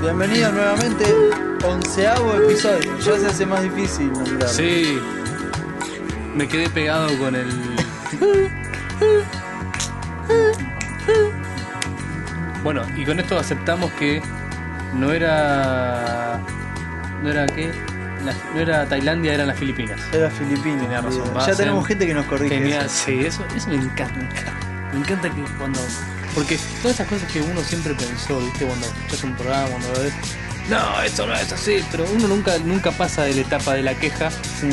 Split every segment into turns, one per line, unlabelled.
bienvenidos nuevamente. Onceavo episodio, ya se hace más difícil nombrar.
Sí. Me quedé pegado con el. Bueno, y con esto aceptamos que no era. ¿No era qué? La- no era Tailandia, eran las Filipinas.
Era Filipinas.
Tenía razón,
boludo.
va a
Ya
ser
tenemos gente que nos corrige.
Genial,
eso.
sí, eso, eso me encanta. me encanta. Me encanta que cuando. Porque todas esas cosas que uno siempre pensó, ¿viste? Cuando escuchas un programa, cuando lo ves. No, esto no es así, pero uno nunca, nunca pasa de la etapa de la queja
Sí,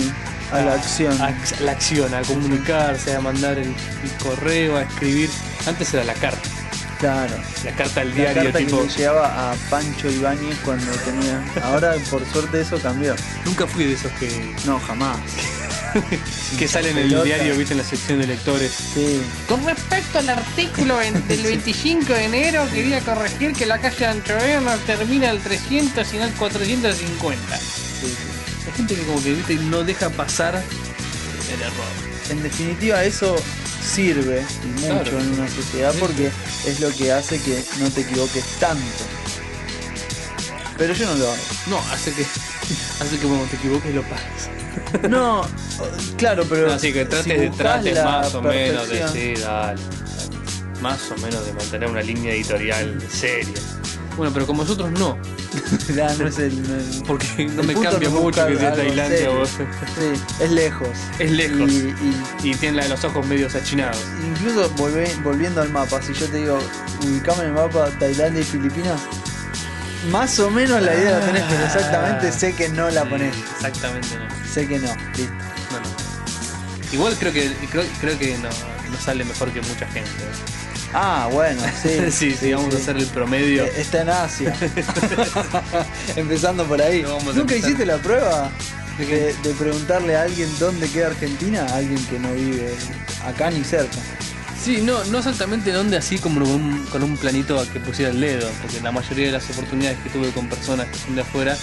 a la acción.
a, a la acción, a comunicarse, a mandar el, el correo, a escribir. Antes era la carta,
Claro.
la carta al
La
diario,
carta
tipo.
que le llegaba a Pancho Ibáñez cuando tenía. Ahora, por suerte, eso cambió.
Nunca fui de esos que,
No, jamás.
que salen en el
Pelota.
diario, viste, en la sección de lectores.
Sí.
Con respecto al artículo en- del 25 de enero, quería corregir que la calle Anchoera no termina al 300 sino al 450.
sí, sí.
Hay gente que, como que, viste, no deja pasar el error.
En definitiva, eso sirve y mucho
Claro.
en una sociedad porque es lo que hace que no te equivoques tanto. Pero yo no lo hago.
No, hace que, hace que cuando te equivoques lo pagues.
No, claro, pero.
Así que trates,
si
de,
buscas
trates
la
más o menos de
perfección,
sí, dale, dale. Más o menos de mantener una línea editorial seria. Bueno, pero como nosotros no,
la- no es el- no es-
porque no
el
me
punto
cambia
es
mucho
buscar
que sea
algo
Tailandia
serio.
o
Sí, es lejos.
Es lejos.
Y,
Y,
y
tiene la de los ojos medios achinados.
incluso volve- volviendo al mapa, si yo te digo, ubicame en el mapa Tailandia y Filipinas, más o menos la idea la tenés, pero exactamente sé que no la ponés.
Ah. Sí, Exactamente no.
Sé que no, listo.
No, no. Igual creo que creo, creo que no, no sale mejor que mucha gente. ¿eh?
Ah, bueno, sí.
Sí, sí, vamos a hacer el promedio.
Eh, Está en Asia. Empezando por ahí.
No, vamos a
¿Nunca
empezar.
hiciste la prueba
¿De qué?
de, de preguntarle a alguien dónde queda Argentina? A alguien que no vive acá ni cerca.
Sí, no, no exactamente donde así como con un, con un planito a que pusiera el dedo, porque la mayoría de las oportunidades que tuve con personas que son de afuera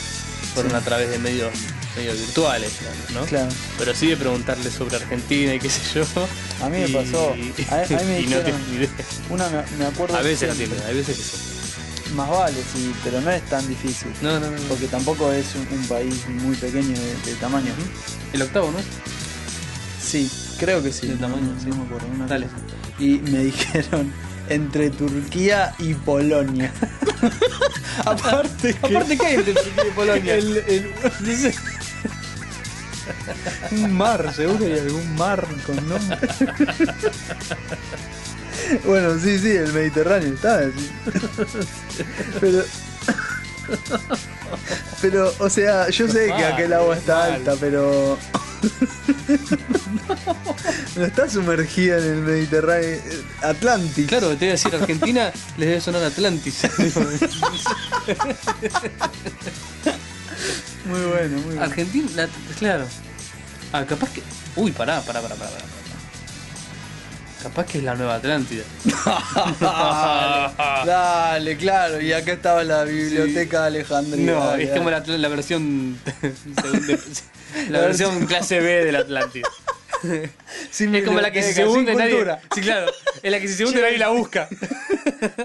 fueron a través de medios, medios virtuales, ¿no?
Claro.
Pero sí de preguntarle sobre Argentina y qué sé yo.
A mí me
y-
pasó. A- a mí me
y no
dijeron-
tengo idea.
Una me, me acuerdo.
A veces la
siempre.
tienen, a veces que sí.
Más vale, sí, pero no es tan difícil.
No, no, no. no.
Porque tampoco es un, un país muy pequeño de, de tamaño.
El octavo, ¿no?
Sí, creo que sí.
De tamaño,
no, no
sí.
me acuerdo. una
Dale.
cosa. Y me dijeron entre Turquía y Polonia. Aparte, que-
Aparte, ¿qué hay entre Turquía y Polonia?
El- el- dice- un mar, seguro hay algún mar con nombre. bueno, sí, sí, el Mediterráneo está. sí. Pero. Pero, o sea, yo sé que aquel agua está
Mal, mal.
alta, pero. No está sumergida en el Mediterráneo eh, Atlántico.
Claro, te voy a decir, Argentina les debe sonar Atlantis.
Muy bueno, muy bueno.
Argentina, la- claro. Ah, capaz que. Uy, pará, pará, pará, pará. pará. Capaz que es la nueva Atlántida.
Dale, claro, y acá estaba la biblioteca de Alejandría.
no,
Dale,
es
dale.
como la, la versión. la versión clase B de la Atlántida.
Sin
Es como la que si se
biblioteca, sin
hunde nadie.
cultura.
Sí, claro. Es la que si se hunde nadie la busca.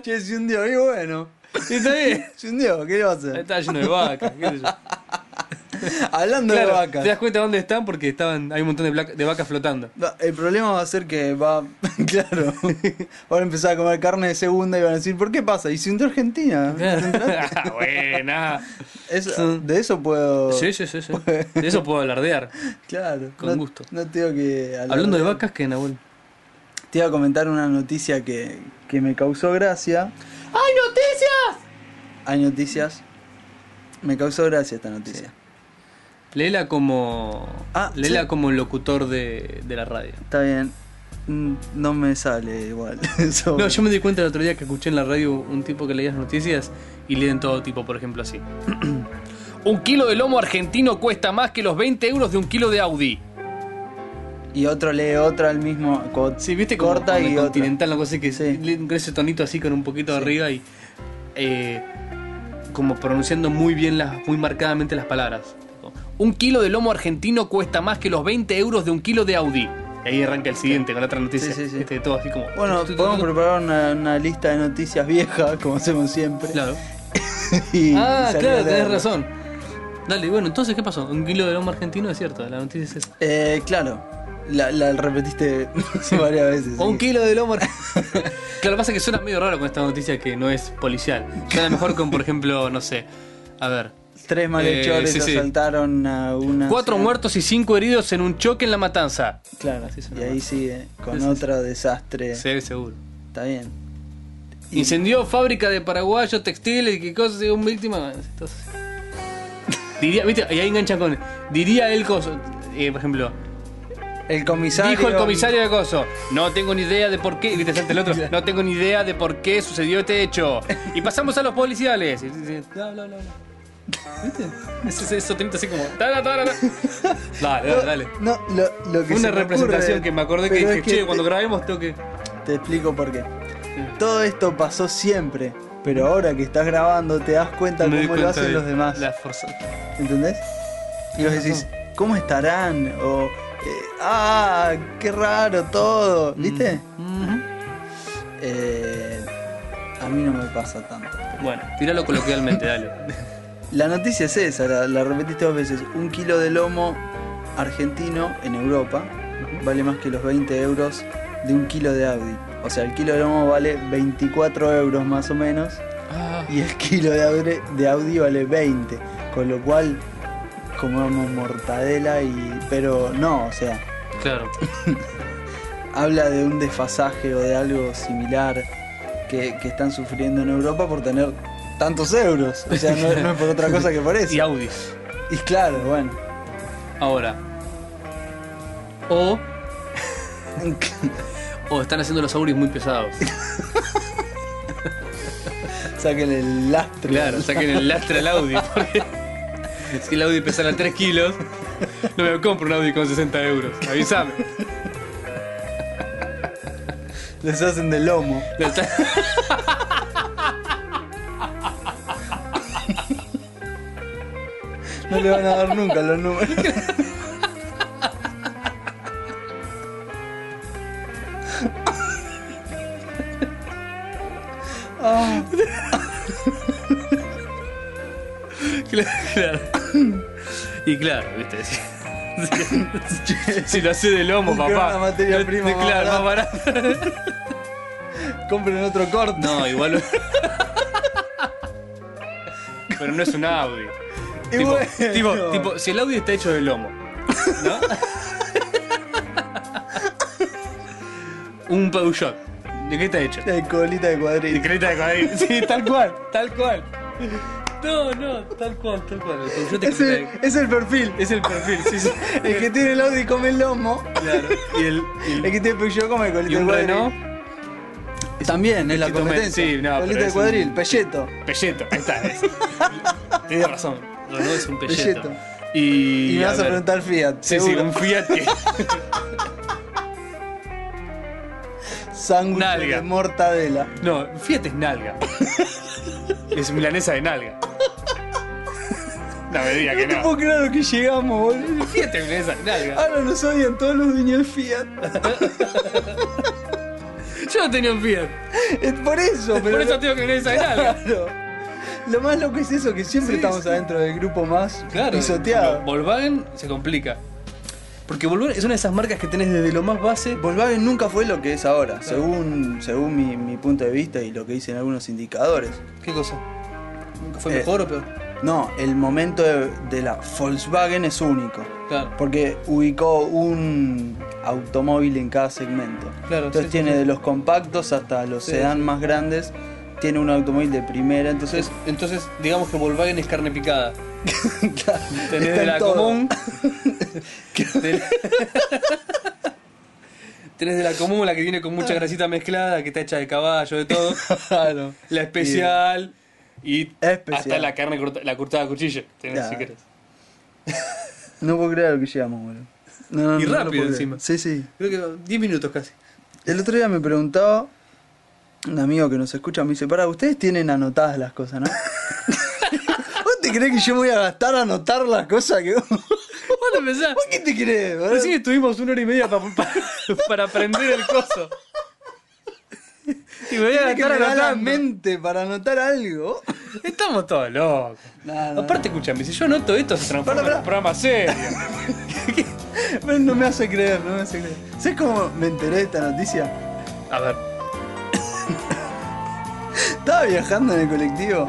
Che, se hundió, y bueno.
¿Y está bien?
Se hundió, ¿qué le va a hacer?
Está lleno de vacas, qué sé yo.
Hablando
Claro,
de
te das
vacas.
cuenta dónde están porque estaban, hay un montón de, placa- de vacas flotando.
No, El problema va a ser que va. Claro. Van a empezar a comer carne de segunda y van a decir, ¿por qué pasa? Y se hundió Argentina.
Ah, Buena.
Eso- de eso puedo.
Sí, sí, sí, sí. De eso puedo alardear.
Claro.
Con
no-
gusto.
No tengo que. hablar
Hablando de vacas, que Nahuel.
Te iba a comentar una noticia que, que me causó gracia.
¡Hay noticias!
Hay noticias. Me causó gracia esta noticia.
Léela como.
Ah,
léela
sí.
como locutor de, de la radio.
Está bien. Mm, No me sale igual. Eso-
No, yo me di cuenta el otro día que escuché en la radio un tipo que leía las noticias y leen todo tipo, por ejemplo, así. un kilo de lomo argentino cuesta más que los 20 euros de un kilo de Audi.
Y otro lee otra al mismo. co-
Sí, viste como,
corta
como
y
de
otro.
continental, la cosa que
Sí.
le ingresa ese tonito así con un poquito arriba y eh, como pronunciando muy bien las, muy marcadamente las palabras. Tipo, Un kilo de lomo argentino cuesta más que los 20 euros de un kilo de Audi. Y ahí arranca el siguiente con otra noticia.
Sí, sí, sí.
Este, todo así como.
Bueno, podemos preparar una, una lista de noticias viejas, como hacemos siempre.
Claro.
Y
ah,
salió
claro,
la-
tenés razón. Dale, bueno, entonces, ¿qué pasó? Un kilo de lomo argentino es cierto, la noticia es esa.
Eh, claro, la, la repetiste varias veces.
O un
sí.
kilo de lomo argentino. claro, pasa que suena medio raro con esta noticia que no es policial. Suena mejor con, por ejemplo, no sé. A ver.
Tres malhechores
Eh, sí, sí.
asaltaron a una.
Cuatro
señora-
muertos y cinco heridos en un choque en la matanza.
Claro,
Así suena
y ahí
más.
sigue con
Sí, sí,
otro desastre.
Sí, seguro.
Está bien. Y-
Incendió fábrica de paraguayos, textiles, qué cosa, según víctima. Entonces, diría, viste, y ahí enganchan con. Diría él, coso, eh, por ejemplo,
El comisario.
dijo el comisario de Coso, no tengo ni idea de por qué, y te salta el otro, no tengo ni idea de por qué sucedió este hecho. Y pasamos a los policiales. Y dice, Bla, bla, bla, bla. ¿Viste? Eso, eso, eso temita así como. ta, ta, ta, ta, ta. Dale, dale, dale.
No, lo, lo que se
Una
me
representación
ocurre-
que me acordé que
pero
dije,
es
che,
te-
cuando grabemos tengo que.
Te explico por qué. Todo esto pasó siempre, pero ahora que estás grabando te das cuenta
Me di
cómo lo
cuenta
hacen
de
los demás.
La forza.
¿Entendés? Y vos decís, ¿cómo estarán? O, eh, ¡ah! ¡Qué raro
Mm.
todo! ¿Viste?
Ujú.
Eh, a mí no me pasa tanto.
Bueno, tíralo coloquialmente, dale.
La noticia es esa, la, la repetiste dos veces. Un kilo de lomo argentino en Europa vale más que los 20 euros de un kilo de Audi. O sea, el kilo de lomo vale 24 euros más o menos.
Ah,
y el kilo de Audi, de Audi vale 20, con lo cual comemos mortadela y pero no, o sea,
claro.
habla de un desfasaje o de algo similar que, que están sufriendo en Europa por tener tantos euros, o sea, no, no es por otra cosa que por eso.
Y Audis.
Y claro, bueno,
Ahora. O. O están haciendo los auris muy pesados.
saquen el lastre.
Claro, saquen el lastre al Audi. Porque si el Audi pesara 3 kilos, no me compro un Audi con 60 euros. Avísame.
Les hacen de lomo.
Lo está-
No le van a dar nunca los números. Ah,
Claro. Y claro, viste. Si, si- si lo hace de lomo,
Busca
papá.
una materia
no-
prima más
Claro, más barato.
compren otro corte.
No, igual. Pero no es un Audi.
Y
Tipo,
bueno.
tipo, tipo, si el Audi está hecho de lomo, ¿no? un Peugeot. ¿De qué está hecho?
De colita de
De
cuadrito.
creta de cuadril. Sí, tal cual, tal cual. No, no, tal cual, tal cual. El Peugeot de
Es
creta
el,
de-
es el perfil.
es el perfil, sí, sí.
El que tiene el Audi come el lomo.
Claro. Y el. y el-
El que tiene Peugeot come colita
y
de
un
cuadril.
Renault,
También es la
Peugeot me-
competencia.
sí, no, pero
colita de
es un-
cuadril, pelleto.
Pelleto, ahí está. es. Tienes razón. Renault es un Pelleto.
Pelleto.
Y,
Y, me vas a
ver.
preguntar Fiat.
Sí, sí,
seguro.
un Fiat que.
Sándwich
Nalga.
de mortadela.
No, Fiat es nalga. Es milanesa de nalga. No me diga que
No puedo
no.
creer a lo que llegamos, boludo.
Fiat es milanesa de nalga.
Ahora nos odian todos los dueños de Fiat.
Yo no tenía un Fiat.
Es por eso, pero.
Por eso tengo que milanesa de nalga.
Claro. Lo más loco es eso, que siempre
Sí,
estamos
sí.
adentro del grupo más pisoteado.
no, Volkswagen se complica. Porque Volkswagen es una de esas marcas que tenés desde lo más base.
Volkswagen nunca fue lo que es ahora, según, según mi, mi punto de vista y lo que dicen algunos indicadores.
¿Qué cosa? ¿Nunca fue
Eh,
mejor o peor?
No, el momento de, de la Volkswagen es único,
Claro.
porque ubicó un automóvil en cada segmento.
Claro,
entonces
sí,
tiene
sí, sí.
de los compactos hasta los
Sí,
sedán más grandes, tiene un automóvil de primera, entonces
Entonces, entonces, digamos que Volkswagen es carne picada.
claro,
Tenés
está
de
en
la
todo.
común. Ten- Tenés de la común, la que viene con mucha grasita mezclada, que está hecha de caballo, de todo.
Claro.
La especial. Y
Especial.
hasta la carne corta- la cortada a cuchillo. Tenés,
Claro.
si querés.
No puedo creer lo que llegamos, boludo. No, no,
Y
no lo
rápido
puedo creer.
encima.
Sí, sí.
Creo que 10 minutos casi.
El otro día me preguntaba un amigo que nos escucha, me dice, para, ustedes tienen anotadas las cosas, ¿no? ¿Vos te crees que yo me voy a gastar a anotar las cosas que vos?
¿Vos no pensás?
¿Vos qué te crees, boludo?
Recién estuvimos una hora y media pa- pa- para aprender el coso. Y me voy a
Tenés que me
gastar
da la
anotando.
mente para anotar algo.
Estamos todos locos.
No, no,
Aparte, escúchame, si yo noto esto, se transforma en
Pará,
un programa serio.
No, no me hace creer, no me hace creer. ¿Sabes cómo me enteré de esta noticia?
A ver,
Estaba viajando en el colectivo,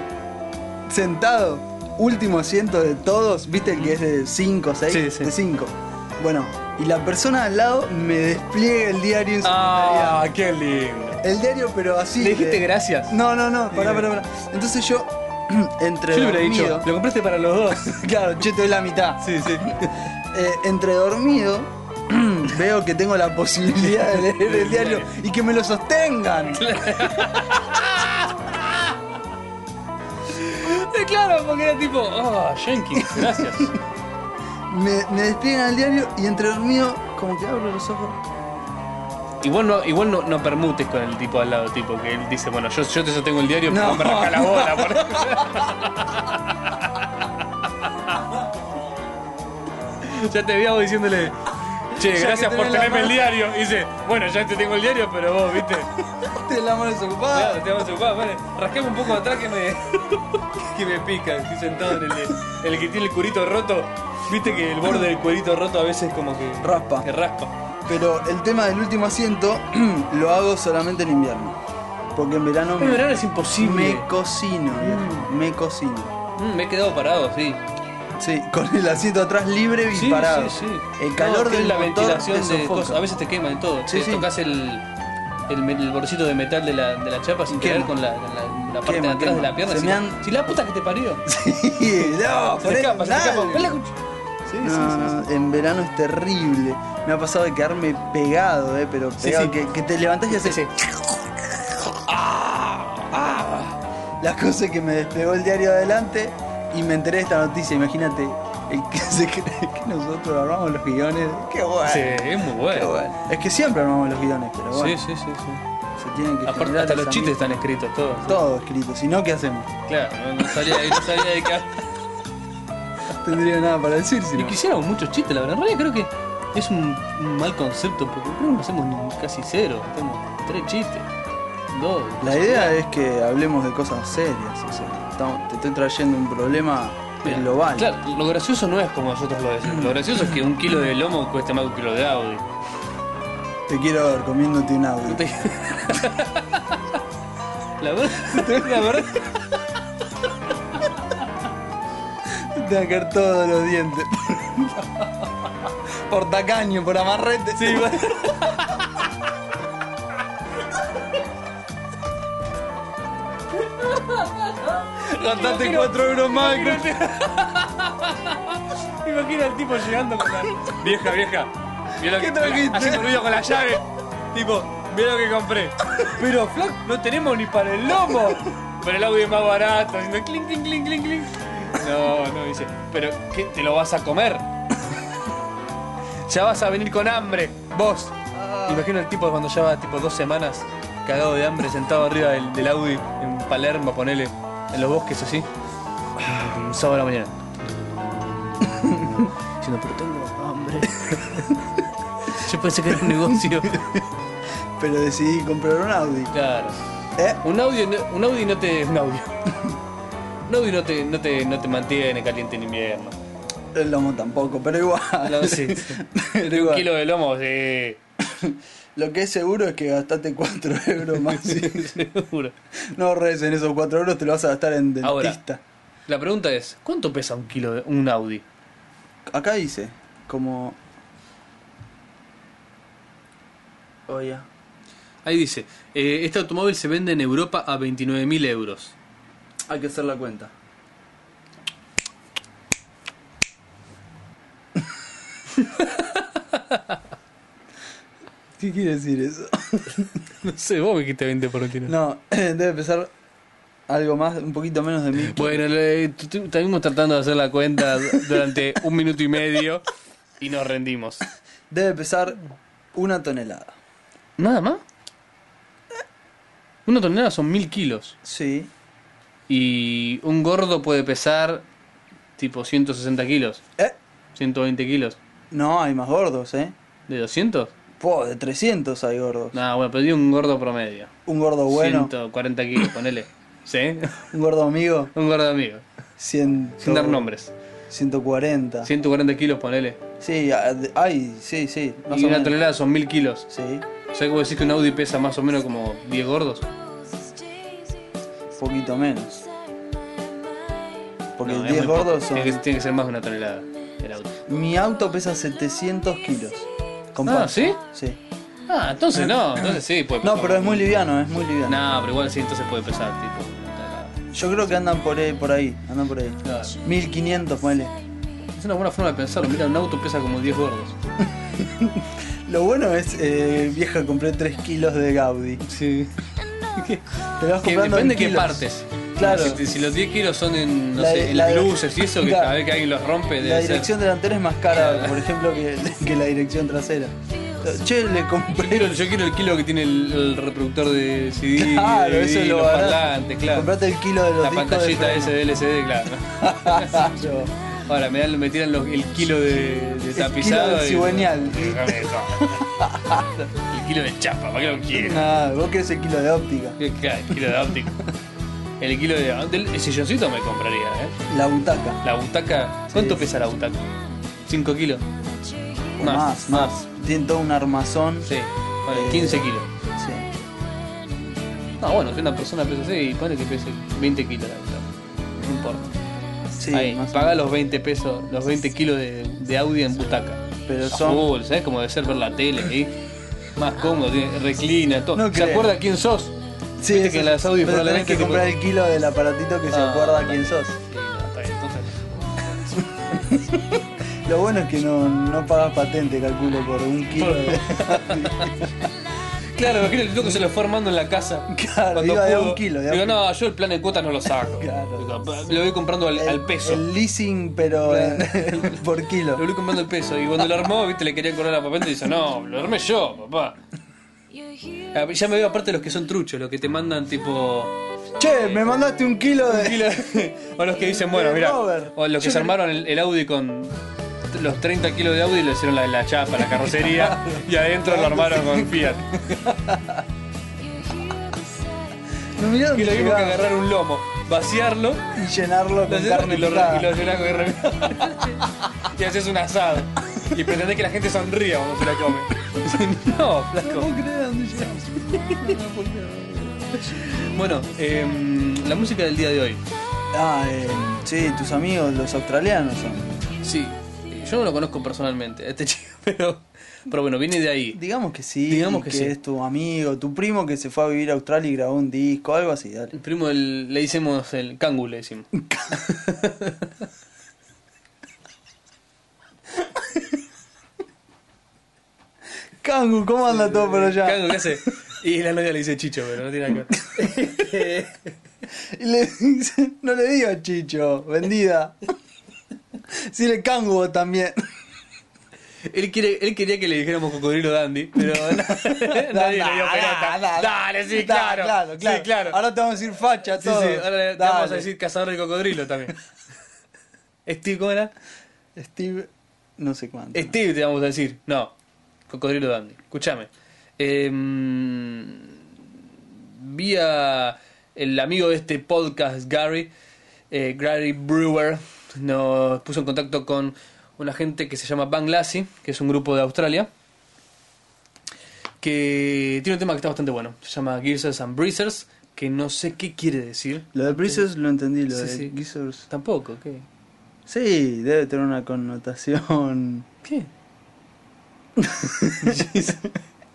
sentado, último asiento de todos, ¿viste el que es de 5, 6?
Sí, sí.
De 5. Bueno, y la persona al lado me despliega el diario en su
¡Ah, qué lindo!
pantalla. El diario, pero así.
¿Le dijiste
de-
gracias? Eh.
No, no, no, pará, pará, pará. Entonces yo, entre
Yo le hubiera
dormido.
dicho, lo compraste para los dos.
Claro, che, te doy la mitad.
Sí, sí.
Eh, entre dormido, veo que tengo la posibilidad de leer el diario y que me lo sostengan.
Sí, claro, porque era tipo, oh, Jenkins, gracias.
Me, me despliegan el diario y entre dormido, como que abro los ojos.
Igual no, igual no, no permutes con el tipo al lado, tipo, que él dice, bueno, yo, yo te sostengo el diario,
No.
pero me rasca la bola. por- ya te vi a vos diciéndole, che,
Ya
gracias
que
por
tenés la
tenerme el
mano".
diario. Y dice, bueno, ya te tengo el diario, pero vos, viste,
Te la mano
claro,
desocupada.
te vamos a ocupar, vale, rascame un poco atrás que me, que me pica, estoy sentado en el, en el que tiene el curito roto. Viste que el borde del cuerito roto a veces como que
Raspa.
que raspa.
Pero el tema del último asiento lo hago solamente en invierno. Porque en verano
En verano
me,
es imposible.
me cocino, viejo, me cocino.
Mm, me he quedado parado, sí.
Sí, con el asiento atrás libre y
Sí,
parado.
sí, sí.
El calor
No, que
del
la
motor
ventilación
te
de
sofoca.
cosas. A veces te quema de todo.
Sí,
te
sí.
tocas el, el, me- el borcito de metal de la, de la chapa sin
Quema.
querer con la, con la- la parte
Quema,
de atrás
quema.
de la pierna.
Se
si,
me
la-
han-
si la puta que te parió. Se
Sí, no,
te
poné
escapa, se te escapa.
dale.
Ven la cuch- Sí, sí,
No,
sí, sí.
no, en verano es terrible. Me ha pasado de quedarme pegado, eh, pero pegado,
sí.
Que, que te levantás y haces.
Sí, sí.
La cosa es que me despegó el diario adelante y me enteré de esta noticia. Imagínate, el que se cree que nosotros armamos los guiones. Qué bueno.
Sí, es muy
Qué
bueno.
bueno. Es que siempre armamos los guiones, pero
Sí,
bueno,
sí, sí, sí.
se tienen que
Aparte,
generar
hasta
los
los
amigos.
chistes están escritos todos. sí.
Todo escrito, si no, ¿qué hacemos?
Claro, no, no salía, no salía de acá.
No tendría nada para decir, si
Y
no.
quisiéramos muchos chistes, la verdad. En realidad creo que es un, un mal concepto porque creo que no hacemos ni- casi cero. Tenemos tres chistes. Dos.
La idea es que hablemos de cosas serias. O sea, estamos- te estoy trayendo un problema
Mira,
global.
Claro, lo gracioso no es como nosotros lo decimos. Lo gracioso es que un kilo de lomo cuesta más que un kilo de Audi.
Te quiero ver comiéndote un audio.
La verdad, la verdad.
Te van a caer todos los dientes. por tacaño, por amarrete.
Sí, bueno.
Gastaste 4 euros más.
Imagina al tipo llegando con la. Vieja, vieja. Mira lo
¿Qué
que
trajiste?
Haciendo ruido con la llave. Tipo, mira lo que compré. Pero, Flock, no tenemos ni para el lomo. Pero el audio es más barato, haciendo clink, clink, clink, clink, clink. No, no, dice. Pero, ¿qué? ¿Te lo vas a comer? Ya vas a venir con hambre, vos. Imagino el tipo cuando lleva tipo dos semanas cagado de hambre sentado arriba del, del Audi en Palermo, ponele, en los bosques así. Un sábado a la mañana. Diciendo, pero tengo hambre. Yo pensé que era un negocio.
Pero decidí comprar un Audi.
Claro.
¿Eh?
Un audio, no- un Audi no te. Un audio. Un Audi no te, no te, no te mantiene caliente en invierno.
El lomo tampoco, pero igual.
No, sí.
Pero
Un
igual.
kilo de lomo, sí.
Lo que es seguro es que gastaste 4 euros más.
Seguro.
No ahorres en esos 4 euros, te lo vas a gastar en
Ahora.
dentista.
La pregunta es, ¿cuánto pesa un kilo de un Audi?
Acá dice, como. Oye.
Ahí dice, eh, este automóvil se vende en Europa a 29.000 euros.
Hay que hacer la cuenta. ¿Qué quiere decir eso?
No sé, vos me dijiste 20 por no.
No, debe pesar algo más, un poquito menos de mil.
Bueno, le- tu- tu- estuvimos tratando de hacer la cuenta durante un minuto y medio y nos rendimos.
Debe pesar una tonelada.
¿Nada más? Una tonelada son 1.000 kilos.
Sí.
Y un gordo puede pesar tipo 160 kilos,
¿Eh?
120 kilos.
No, hay más gordos, ¿eh?
¿De 200?
Po, de 300 hay gordos.
Nada, bueno, pero di un gordo promedio.
Un gordo bueno.
140 kilos, ponele. ¿Sí?
Un gordo amigo,
Un gordo amigo.
100,
Sin dar nombres.
140.
140 kilos, ponele.
Sí, ah, de- ay, sí, sí, más
y
o
una
menos.
tonelada son 1000 kilos.
Sí,
O sea, que vos decís que un Audi pesa más o menos como 10 gordos.
un poquito menos. Porque
No, es
10
muy poco.
gordos son.
Tiene que, tiene que ser más de una tonelada el auto.
Mi auto pesa 700 kilos. Con
Ah,
panza.
¿sí?
Sí.
Ah, entonces no, entonces sí, pues, puede
No,
pesar.
pero es muy liviano, es muy liviano.
No, pero igual sí, entonces puede pesar, tipo. una tonelada.
Yo creo que andan por ahí, por ahí, andan por ahí.
Claro.
1500, ponele.
Es una buena forma de pensarlo. Mira, un auto pesa como 10 gordos.
Lo bueno es, eh, vieja, compré 3 kilos de Gaudi.
Sí.
Te lo vas
Que
comprando en
depende de qué
kilos.
partes.
Claro.
Si, si los 10 kilos son en, no
La-
sé, en
la-
las luces y eso, que
claro.
cada vez que alguien los rompe, debe
La
ser-
dirección delantera es más cara, por ejemplo, que, que la dirección trasera. Che, le
Yo
compré.
quiero, yo quiero el kilo que tiene el, el reproductor de CD,
Claro,
de
eso es
DVD,
lo
los
barato.
parlantes, claro.
Comprate el kilo de los
la
discos de
pantallita
Fresno.
ese de LCD, claro.
Claro.
Ahora me, dan, me tiran los- el kilo de, de tapizado.
kilo de
y-
cigüeñal.
Déjame eso. el kilo de chapa, ¿para qué lo quieren?
Nada, vos querés el kilo de óptica.
Claro, El kilo de óptico. El kilo de. del- El silloncito me compraría, ¿eh?
La butaca.
La butaca. ¿Cuánto
Sí.
pesa la butaca? ¿5 kilos?
o Más, más. Tiene todo un armazón.
Sí, vale,
Eh,
15 kilos.
Sí.
No, bueno, si una persona pesa así y pone que pese 20 kilos la butaca. No importa.
Sí,
Ahí,
más o
paga
menos.
los 20 pesos, los 20 kilos de, de Audi en butaca.
Pero
Está
son-
full, ¿sabes cómo debe ser ver la tele ahí? Más cómodo, tiene- reclina, todo.
No
¿Se
creo.
acuerda quién sos?
Sí,
Viste
eso
que
sí.
las Audi
Pero tenés
probablemente
que
te
comprar
con-
el kilo del aparatito que se
Ah,
acuerda
está
quién
bien.
sos.
Sí, no, Ah, está bien, entonces.
Lo bueno es que no, no pagas patente, calculo, por un kilo
Por-
de.
Claro, imagínate el loco se lo fue armando en la casa.
Claro,
Cuando
iba de a
pudo.
un kilo, de a
Digo,
un kilo.
no, yo el plan de cuota no lo saco.
Claro.
Lo voy comprando al, al peso.
El leasing, pero en- por kilo.
Lo voy comprando al peso. Y cuando lo armó, viste, le querían cobrar la papel y dice, no, lo armé yo, papá. Ah, Ya me veo aparte los que son truchos, los que te mandan tipo.
Che, me mandaste un kilo de.
kilo de- o los que dicen, bueno,
De
mira.
Robert.
O los que
Yo
se
creo-
armaron el, el Audi con t- los 30 kilos de Audi y le hicieron la, la chapa, la carrocería. y adentro lo armaron con Fiat.
No, mirá
Y
dónde
lo mismo que
llegaba.
agarrar un lomo, vaciarlo.
y llenarlo
Lo
con
haces
carne
y lo,
picada.
y lo llenás con remera. Y haces un asado. Y pretendés que la gente sonría cuando se lo come. No,
No
flaco.
puedo creer dónde llegamos. No puedo creer.
Bueno, em, la música del día de hoy.
Ah, eh, sí, tus amigos, los australianos son.
Sí, yo no lo conozco personalmente, a este chico, pero, pero bueno, viene de ahí.
Digamos que sí,
Digamos que sí.
es tu amigo, tu primo que se fue a vivir a Australia y grabó un disco, algo así, dale.
El primo del- le decimos el cangu, le decimos.
Cangu, ¿cómo anda todo por allá?
Cangu, ¿qué hace? Y la novia le dice chicho, pero no tiene nada que ver.
Y le dice, no le digo Chicho, vendida. Sí, le cango también.
Él, quiere, él quería que le dijéramos cocodrilo dandy, pero nadie le dio
Nah, nah,
pelota.
nah.
Dale, sí,
Nah,
claro.
claro, claro.
Sí, claro.
Ahora te vamos a decir facha,
Sí,
todo.
sí, ahora le- le
Dale.
vamos a decir cazador de cocodrilo también. Steve, ¿cómo era?
Steve, no sé cuánto.
Steve te vamos a decir. No, cocodrilo dandy. Escúchame. Em, vi a el amigo de este podcast, Gary, eh, Gary Brewer, nos puso en contacto con una gente que se llama Bang Lassie, que es un grupo de Australia, que tiene un tema que está bastante bueno. Se llama Gears and Breezers, que no sé qué quiere decir.
Lo de Breezes lo entendí, lo
Sí,
de
sí.
Geezers.
Tampoco, ¿qué?
Sí, debe tener una connotación.
¿Qué?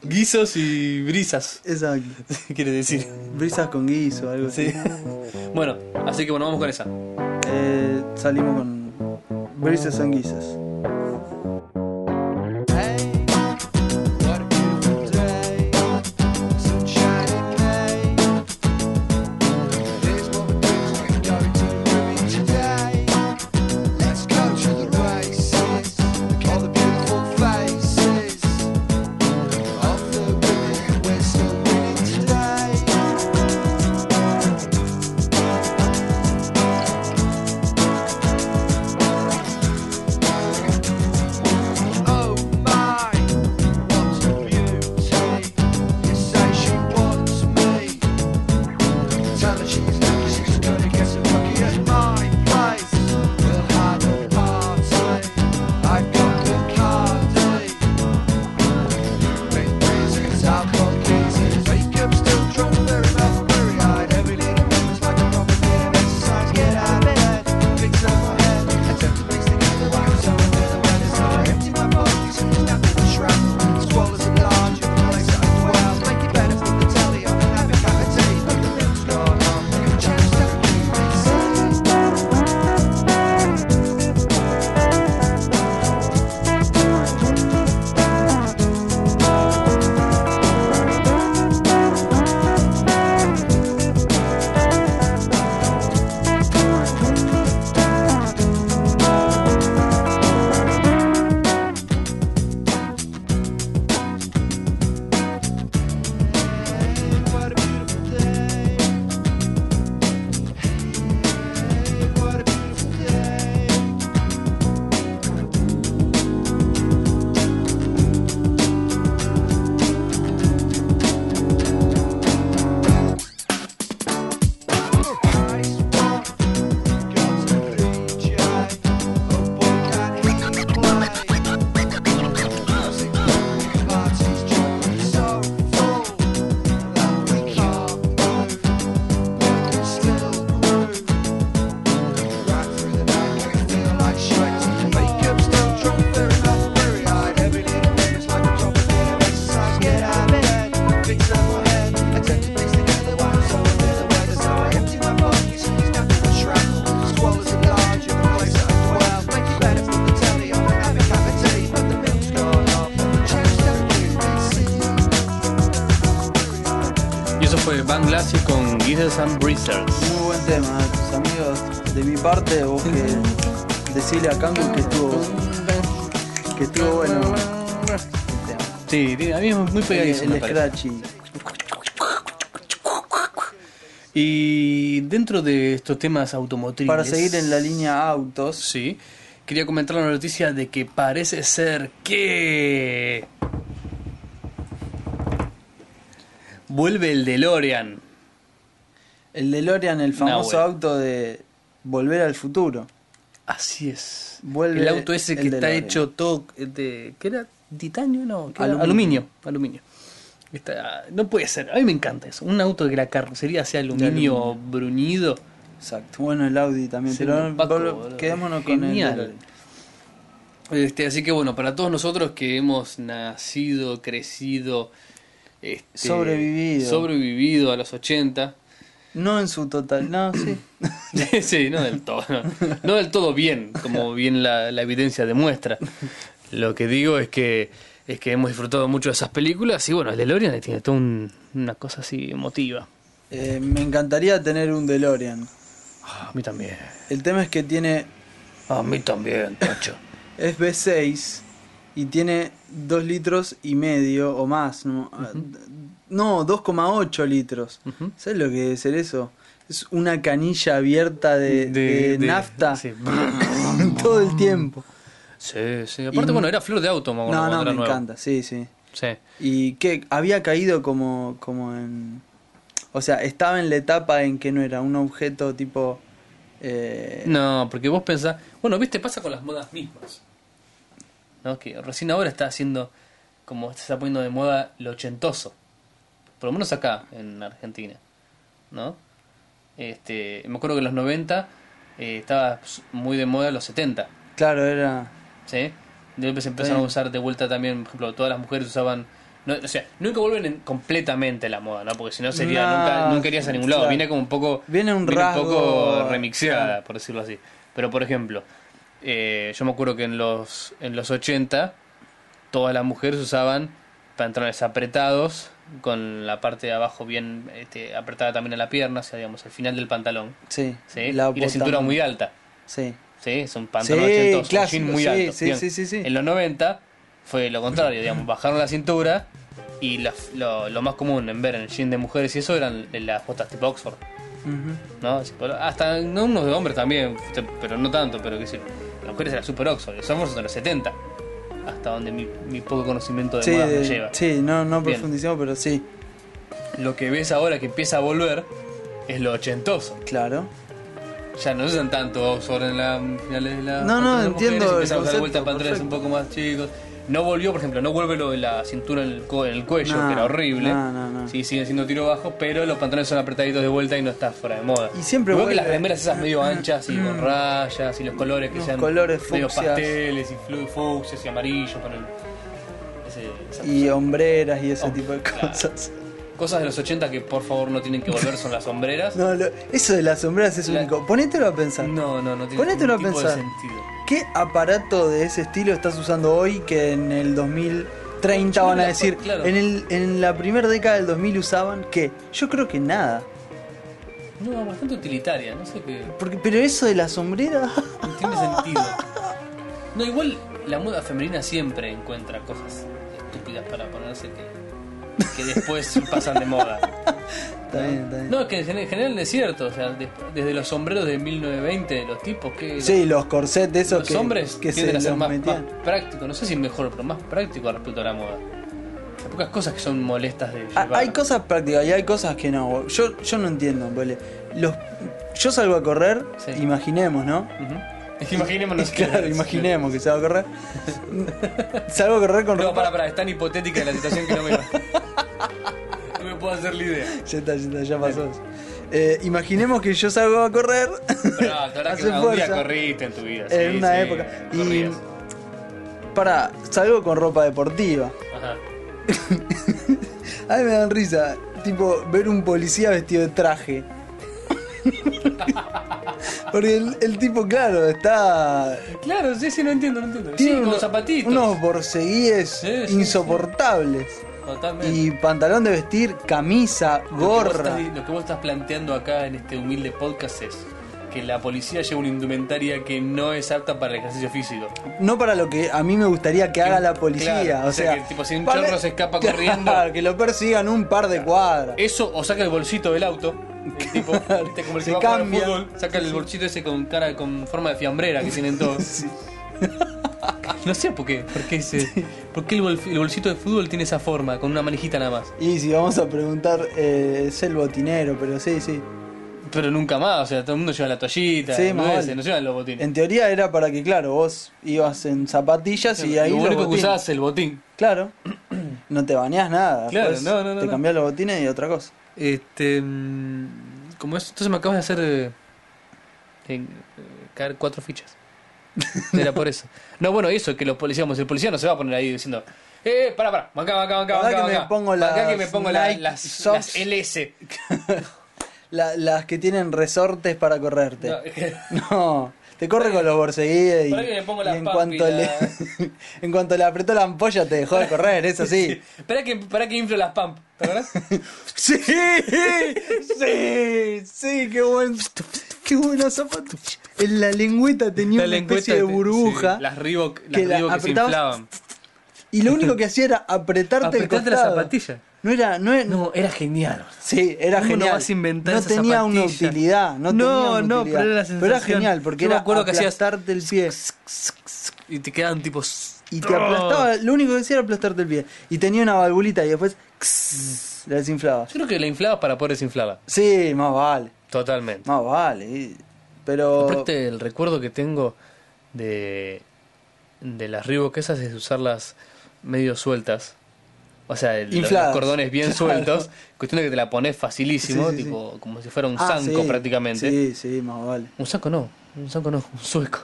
Guisos y brisas,
Exacto.
quiere decir.
Brisas con guiso, algo así.
Sí. Bueno, así que bueno, vamos con esa.
Eh, salimos con Breezes and Guises.
Let's
Classic con Gizzards and Breezers.
Muy buen tema, tus amigos. De mi parte, vos que decirle a Kangu que estuvo, que estuvo bueno el tema.
Sí, tiene- a mí es muy pegadizo.
El,
me
el
parece.
scratchy.
Y dentro de estos temas automotrices.
Para seguir en la línea autos,
Sí. Quería comentar la noticia de que parece ser que. Vuelve el DeLorean.
el DeLorean, el famoso
bueno.
auto de Volver al Futuro.
Así es.
Vuelve
el auto ese
el
que está
DeLorean.
hecho todo eh, de ¿qué era? ¿Titanio? No, ¿qué era?
Aluminio.
aluminio. Aluminio. Está- no puede ser. A mí me encanta eso. Un auto que la carrocería sea aluminio, bruñido.
Exacto. Bueno, el Audi también.
Sí,
pero
Paco,
vol-
boludo.
quedémonos con
Genial.
el DeLorean.
Este, así que bueno, para todos nosotros que hemos nacido, crecido, este,
Sobrevivido.
sobrevivido a los 80,
No en su total, no, sí.
sí, no del todo, no, no del todo bien, como bien la, la evidencia demuestra. Lo que digo es que es que hemos disfrutado mucho de esas películas y bueno, el DeLorean tiene toda un- una cosa así emotiva.
Eh, me encantaría tener un DeLorean.
Ah, a mí también.
El tema es que tiene
A mí también, Tacho.
es V6 y tiene 2 litros y medio o más. No, Ah, d- no 2,8 litros.
Ujú.
¿Sabes lo que debe ser eso? Es una canilla abierta de, de nafta
Sí,
todo el tiempo.
sí. sí. Aparte,
Y-
bueno, era flor de auto, me acuerdo,
No,
cuando
no,
era
me
nuevo.
encanta, sí, sí.
Sí.
Y que había caído como, como en... O sea, estaba en la etapa en que no era un objeto tipo... eh,
No, porque vos pensás, bueno, viste, pasa con las modas mismas. ¿No? Que recién ahora está haciendo, como se está poniendo de moda lo ochentoso. Por lo menos acá, en Argentina. ¿No? Este, me acuerdo que en los 90 eh, estaba muy de moda los 70.
Claro, era...
¿sí? Después empezaron
Sí.
a usar de vuelta también, por ejemplo, todas las mujeres usaban... no, o sea, nunca vuelven en- completamente a la moda, ¿no? Porque si no sería,
No,
nunca, nunca irías a ningún lado.
claro.
Viene como un poco...
Viene un rasgo-
poco remixeada, por decirlo así. Pero, por ejemplo, eh, yo me acuerdo que en los, en los 80 todas las mujeres usaban pantalones apretados, con la parte de abajo bien este, apretada también a la pierna, o sea, digamos, el final del pantalón.
Sí,
¿sí? y la
bota-
cintura muy alta.
Sí.
Sí, es un pantalón
Sí,
ochentoso, un
clásico,
jean muy
sí,
alto.
sí,
Bien.
sí, sí, sí.
En los 90 fue lo contrario, digamos, bajaron la cintura y la- lo, lo más común en ver en el jean de mujeres y eso eran las botas tipo Oxford,
Ujú.
¿no? Así, pero Hasta no unos de hombres también, te- pero no tanto, pero qué sé yo. Las mujeres eran super Oxford, los hombres son de los 70, hasta donde mi, mi poco conocimiento de
Sí,
modas me
de-
lleva.
sí, no, no
Bien.
profundicemos, pero sí,
Lo que ves ahora que empieza a volver es lo ochentoso.
claro.
Ya no usan tanto Oxford en la finales de la.
No, no,
pantallas de
entiendo el
mujeres, Empezaron a usar
concepto,
vueltas pantalones un
perfecto.
poco más chicos. No volvió, por ejemplo, no vuelve lo de la cintura en el, co- en el cuello,
No,
que era horrible.
no, no, no.
Sí, siguen siendo tiro bajo, pero los pantalones son apretaditos de vuelta y no está fuera de moda.
Y siempre
Igual que
vuelve. Mm.
las remeras esas medio anchas y con rayas y los colores que
Los
sean.
colores
medio
fucsias.
pasteles y flu- fucsias y amarillos con el. ese- esa
Y
cosa.
hombreras y ese
Hombre,
tipo de
claro.
cosas.
Cosas de los 80 que por favor no tienen que volver son las sombreras.
No, lo- eso de las sombreras es
La-
único. Ponételo a pensar.
No, no, no tiene
Ponételo a
ningún tipo de
pensar.
sentido.
¿Qué aparato de ese estilo estás usando hoy que en el 2030
Yo
van
no
a
la-
decir?
claro.
En, el, en la primera década del 2000 usaban qué? Yo creo que nada.
No, bastante utilitaria, no sé qué.
Porque, pero eso de las sombreras.
No tiene sentido. No, igual la moda femenina siempre encuentra cosas estúpidas para ponerse que, que después pasan de moda.
está bien, está bien.
No, es que en gen- en general es cierto, o sea, de- desde los sombreros de 1920, de los tipos que.
sí, los corsets de esos
los
que,
hombres
que se
tienden a
los
ser más,
metían.
más prácticos, no sé si mejor, pero más práctico respecto a la moda. Hay pocas cosas que son molestas de
Ah,
llevar.
Hay cosas prácticas y hay cosas que no. Yo, yo no entiendo, vole. Los, yo salgo a correr,
Sí.
imaginemos, ¿no?
Ujú. Imaginémonos que-
Claro, imaginemos que salgo a correr. salgo a correr con
No,
ropa.
para, para, es tan hipotética la situación que no me. no me puedo hacer la idea.
Ya está, ya está, ya pasó. Eh, imaginemos que yo salgo a correr.
Pero no, claro que
Hace
algún día
fuerza.
corriste en tu vida.
En
sí,
una
sí,
época. Y-
corrías.
Pará, salgo con ropa deportiva.
Ajá.
A mí me dan risa, tipo, ver un policía vestido de traje. Porque el, el tipo, claro, está.
Claro, Pues sí, sí, no entiendo, no entiendo. Sí,
tiene
con
uno-
zapatitos.
Unos borceguíes
Sí, sí, sí.
insoportables.
Totalmente.
Y pantalón de vestir, camisa,
Lo que,
gorra.
vos estás, lo que vos estás planteando acá en este humilde podcast es que la policía lleva una indumentaria que no es apta para el ejercicio físico.
No para lo que a mí me gustaría que haga la policía.
claro,
o sea,
que tipo, si un
para-
chorro se escapa corriendo. Eh,
Claro, que lo persigan un par de cuadras.
Eso o saca el bolsito del auto. El tipo, ¿viste? como el que
Se
va a jugar al
cambia.
fútbol, saca el bolsito ese con cara con forma de fiambrera que tienen todos. Ah, No sé por qué, por qué, ese- por qué el, bol- el bolsito de fútbol tiene esa forma, con una manijita nada más.
Y si vamos a preguntar, eh, es el botinero, pero sí, sí.
Pero nunca más, o sea, todo el mundo lleva la toallita,
Sí,
no
más
ese,
vale.
no llevan los botines.
En teoría era para que, claro, vos ibas en zapatillas y ahí
lo
los
único que
botines.
usás es el botín.
Claro. No te bañás nada.
Claro,
después
no, no, no,
Te
no.
cambiás los botines y otra cosa.
Este. mm, Como es, entonces me acabas de hacer. eh, en- eh, caer cuatro fichas. Era por eso. No, bueno, eso, que los policías. vamos, El policía no se va a poner ahí diciendo. Eh, para, para, bancá, bancá, bancá,
Pará
bancá.
que me
bancá.
pongo
Bancá
las
que me pongo la-
Nike
las,
Socks".
las LS.
La- las que tienen resortes para correrte.
No,
No. Te corre con los borseguíes y,
Pará que me pongo
y
las
en,
papas
cuanto
y
le, en cuanto le apretó la ampolla te dejó de correr, es así.
Espera que, pará que inflo las pump, ¿te acordás?
Sí, sí, sí, qué buen, qué buenos zapatos. En la lengüeta tenía una especie de
te-
burbuja
sí, las Reebok, las
que la
Reebok que se
apretabas,
inflaban.
y lo único que hacía era apretarte el
Apretaste la
costado.
zapatilla.
No era, no era,
No, era genial.
sí, era
¿Cómo no
genial.
vas a inventar
No
esa
tenía una
zapatilla?
utilidad, no,
No,
tenía una
no,
utilidad.
pero era la sensación.
genial porque
Yo me
era
acuerdo que hacías-
aplastarte el pie.
Y te quedaban tipo.
Y
Oh.
te aplastaba, lo único que hacía era aplastarte el pie. Y tenía una valvulita y después xss, la desinflaba.
Yo creo que la inflabas para poder desinflarla.
Sí, más vale,
Totalmente.
más vale. Pero
Aparte, el recuerdo que tengo de, de las Reebok esas es usarlas medio sueltas. O sea, el- los
Infladas.
cordones bien
Claro.
sueltos. Cuestión de que te la pones facilísimo,
Sí, sí,
tipo como si fuera un
Ah,
zanco
sí,
prácticamente.
Sí, sí, más vale.
Un zanco no, un zanco no, un sueco.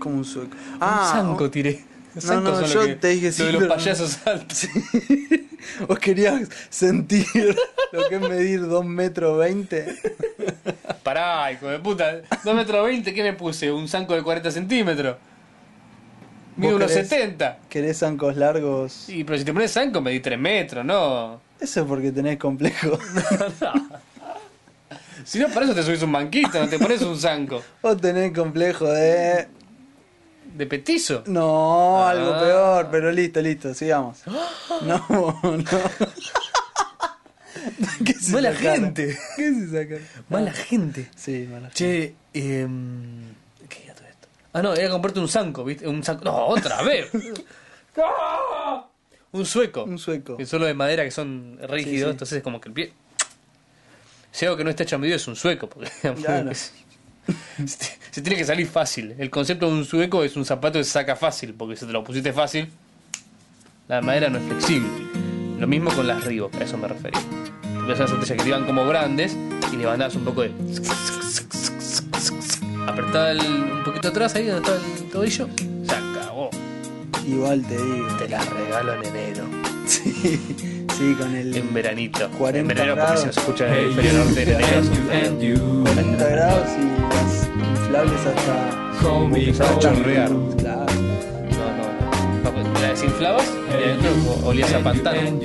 Como un sueco. Ah,
un zanco tiré. Los
No,
zancos
no,
son lo
yo
que-
te dije
lo
sí,
de los
pero-
payasos altos.
o- ¿Vos querías sentir lo que es medir 2 metros 20?
Pará, hijo de puta. 2 metros 20, ¿qué me puse? Un zanco de 40 centímetros. Mido
¿Vos
unos
querés?
70.
¿Querés zancos largos?
Sí, pero si te pones zanco, medí 3 metros, no.
Eso es porque tenés complejo.
Si no, para eso te subís un banquito, no te pones un zanco.
Vos tenés complejo de...
De petizo.
No,
Ah.
algo peor, pero listo, listo, sigamos. No, no. ¿Qué es
Mala
esa cara?
gente.
¿Qué es esa cara?
Mala gente.
Sí, mala gente.
Che, eh, ¿qué era todo esto? Ah, no, era comprarte un zanco, ¿viste? Un zanco. No, otra vez. ¡Ah! un sueco.
Un sueco.
Que son los de madera que son rígidos,
Sí, sí.
entonces es como que el pie. Si algo que no está hecho a medida es un sueco, porque
Claro.
se, se tiene que salir fácil. El concepto de un sueco es un zapato que se saca fácil, porque si te lo pusiste fácil, la madera no es flexible. Lo mismo con las Reebok, a eso me refería. Porque esas zapatillas que te iban como grandes y le mandabas un poco de. Apretaba el- un poquito atrás ahí donde estaba el tobillo, se acabó.
Igual te digo.
Te la regalo en enero.
Sí, sí, con el...
En veranito.
40
en verano, porque
grados.
si nos escucha el Feria Norte en enero. es un verano.
40 grados y las inflables hasta.
Empezaba a chorrear. No,
Claro.
no, no. No, Te la desinflabas y adentro olías a pantano.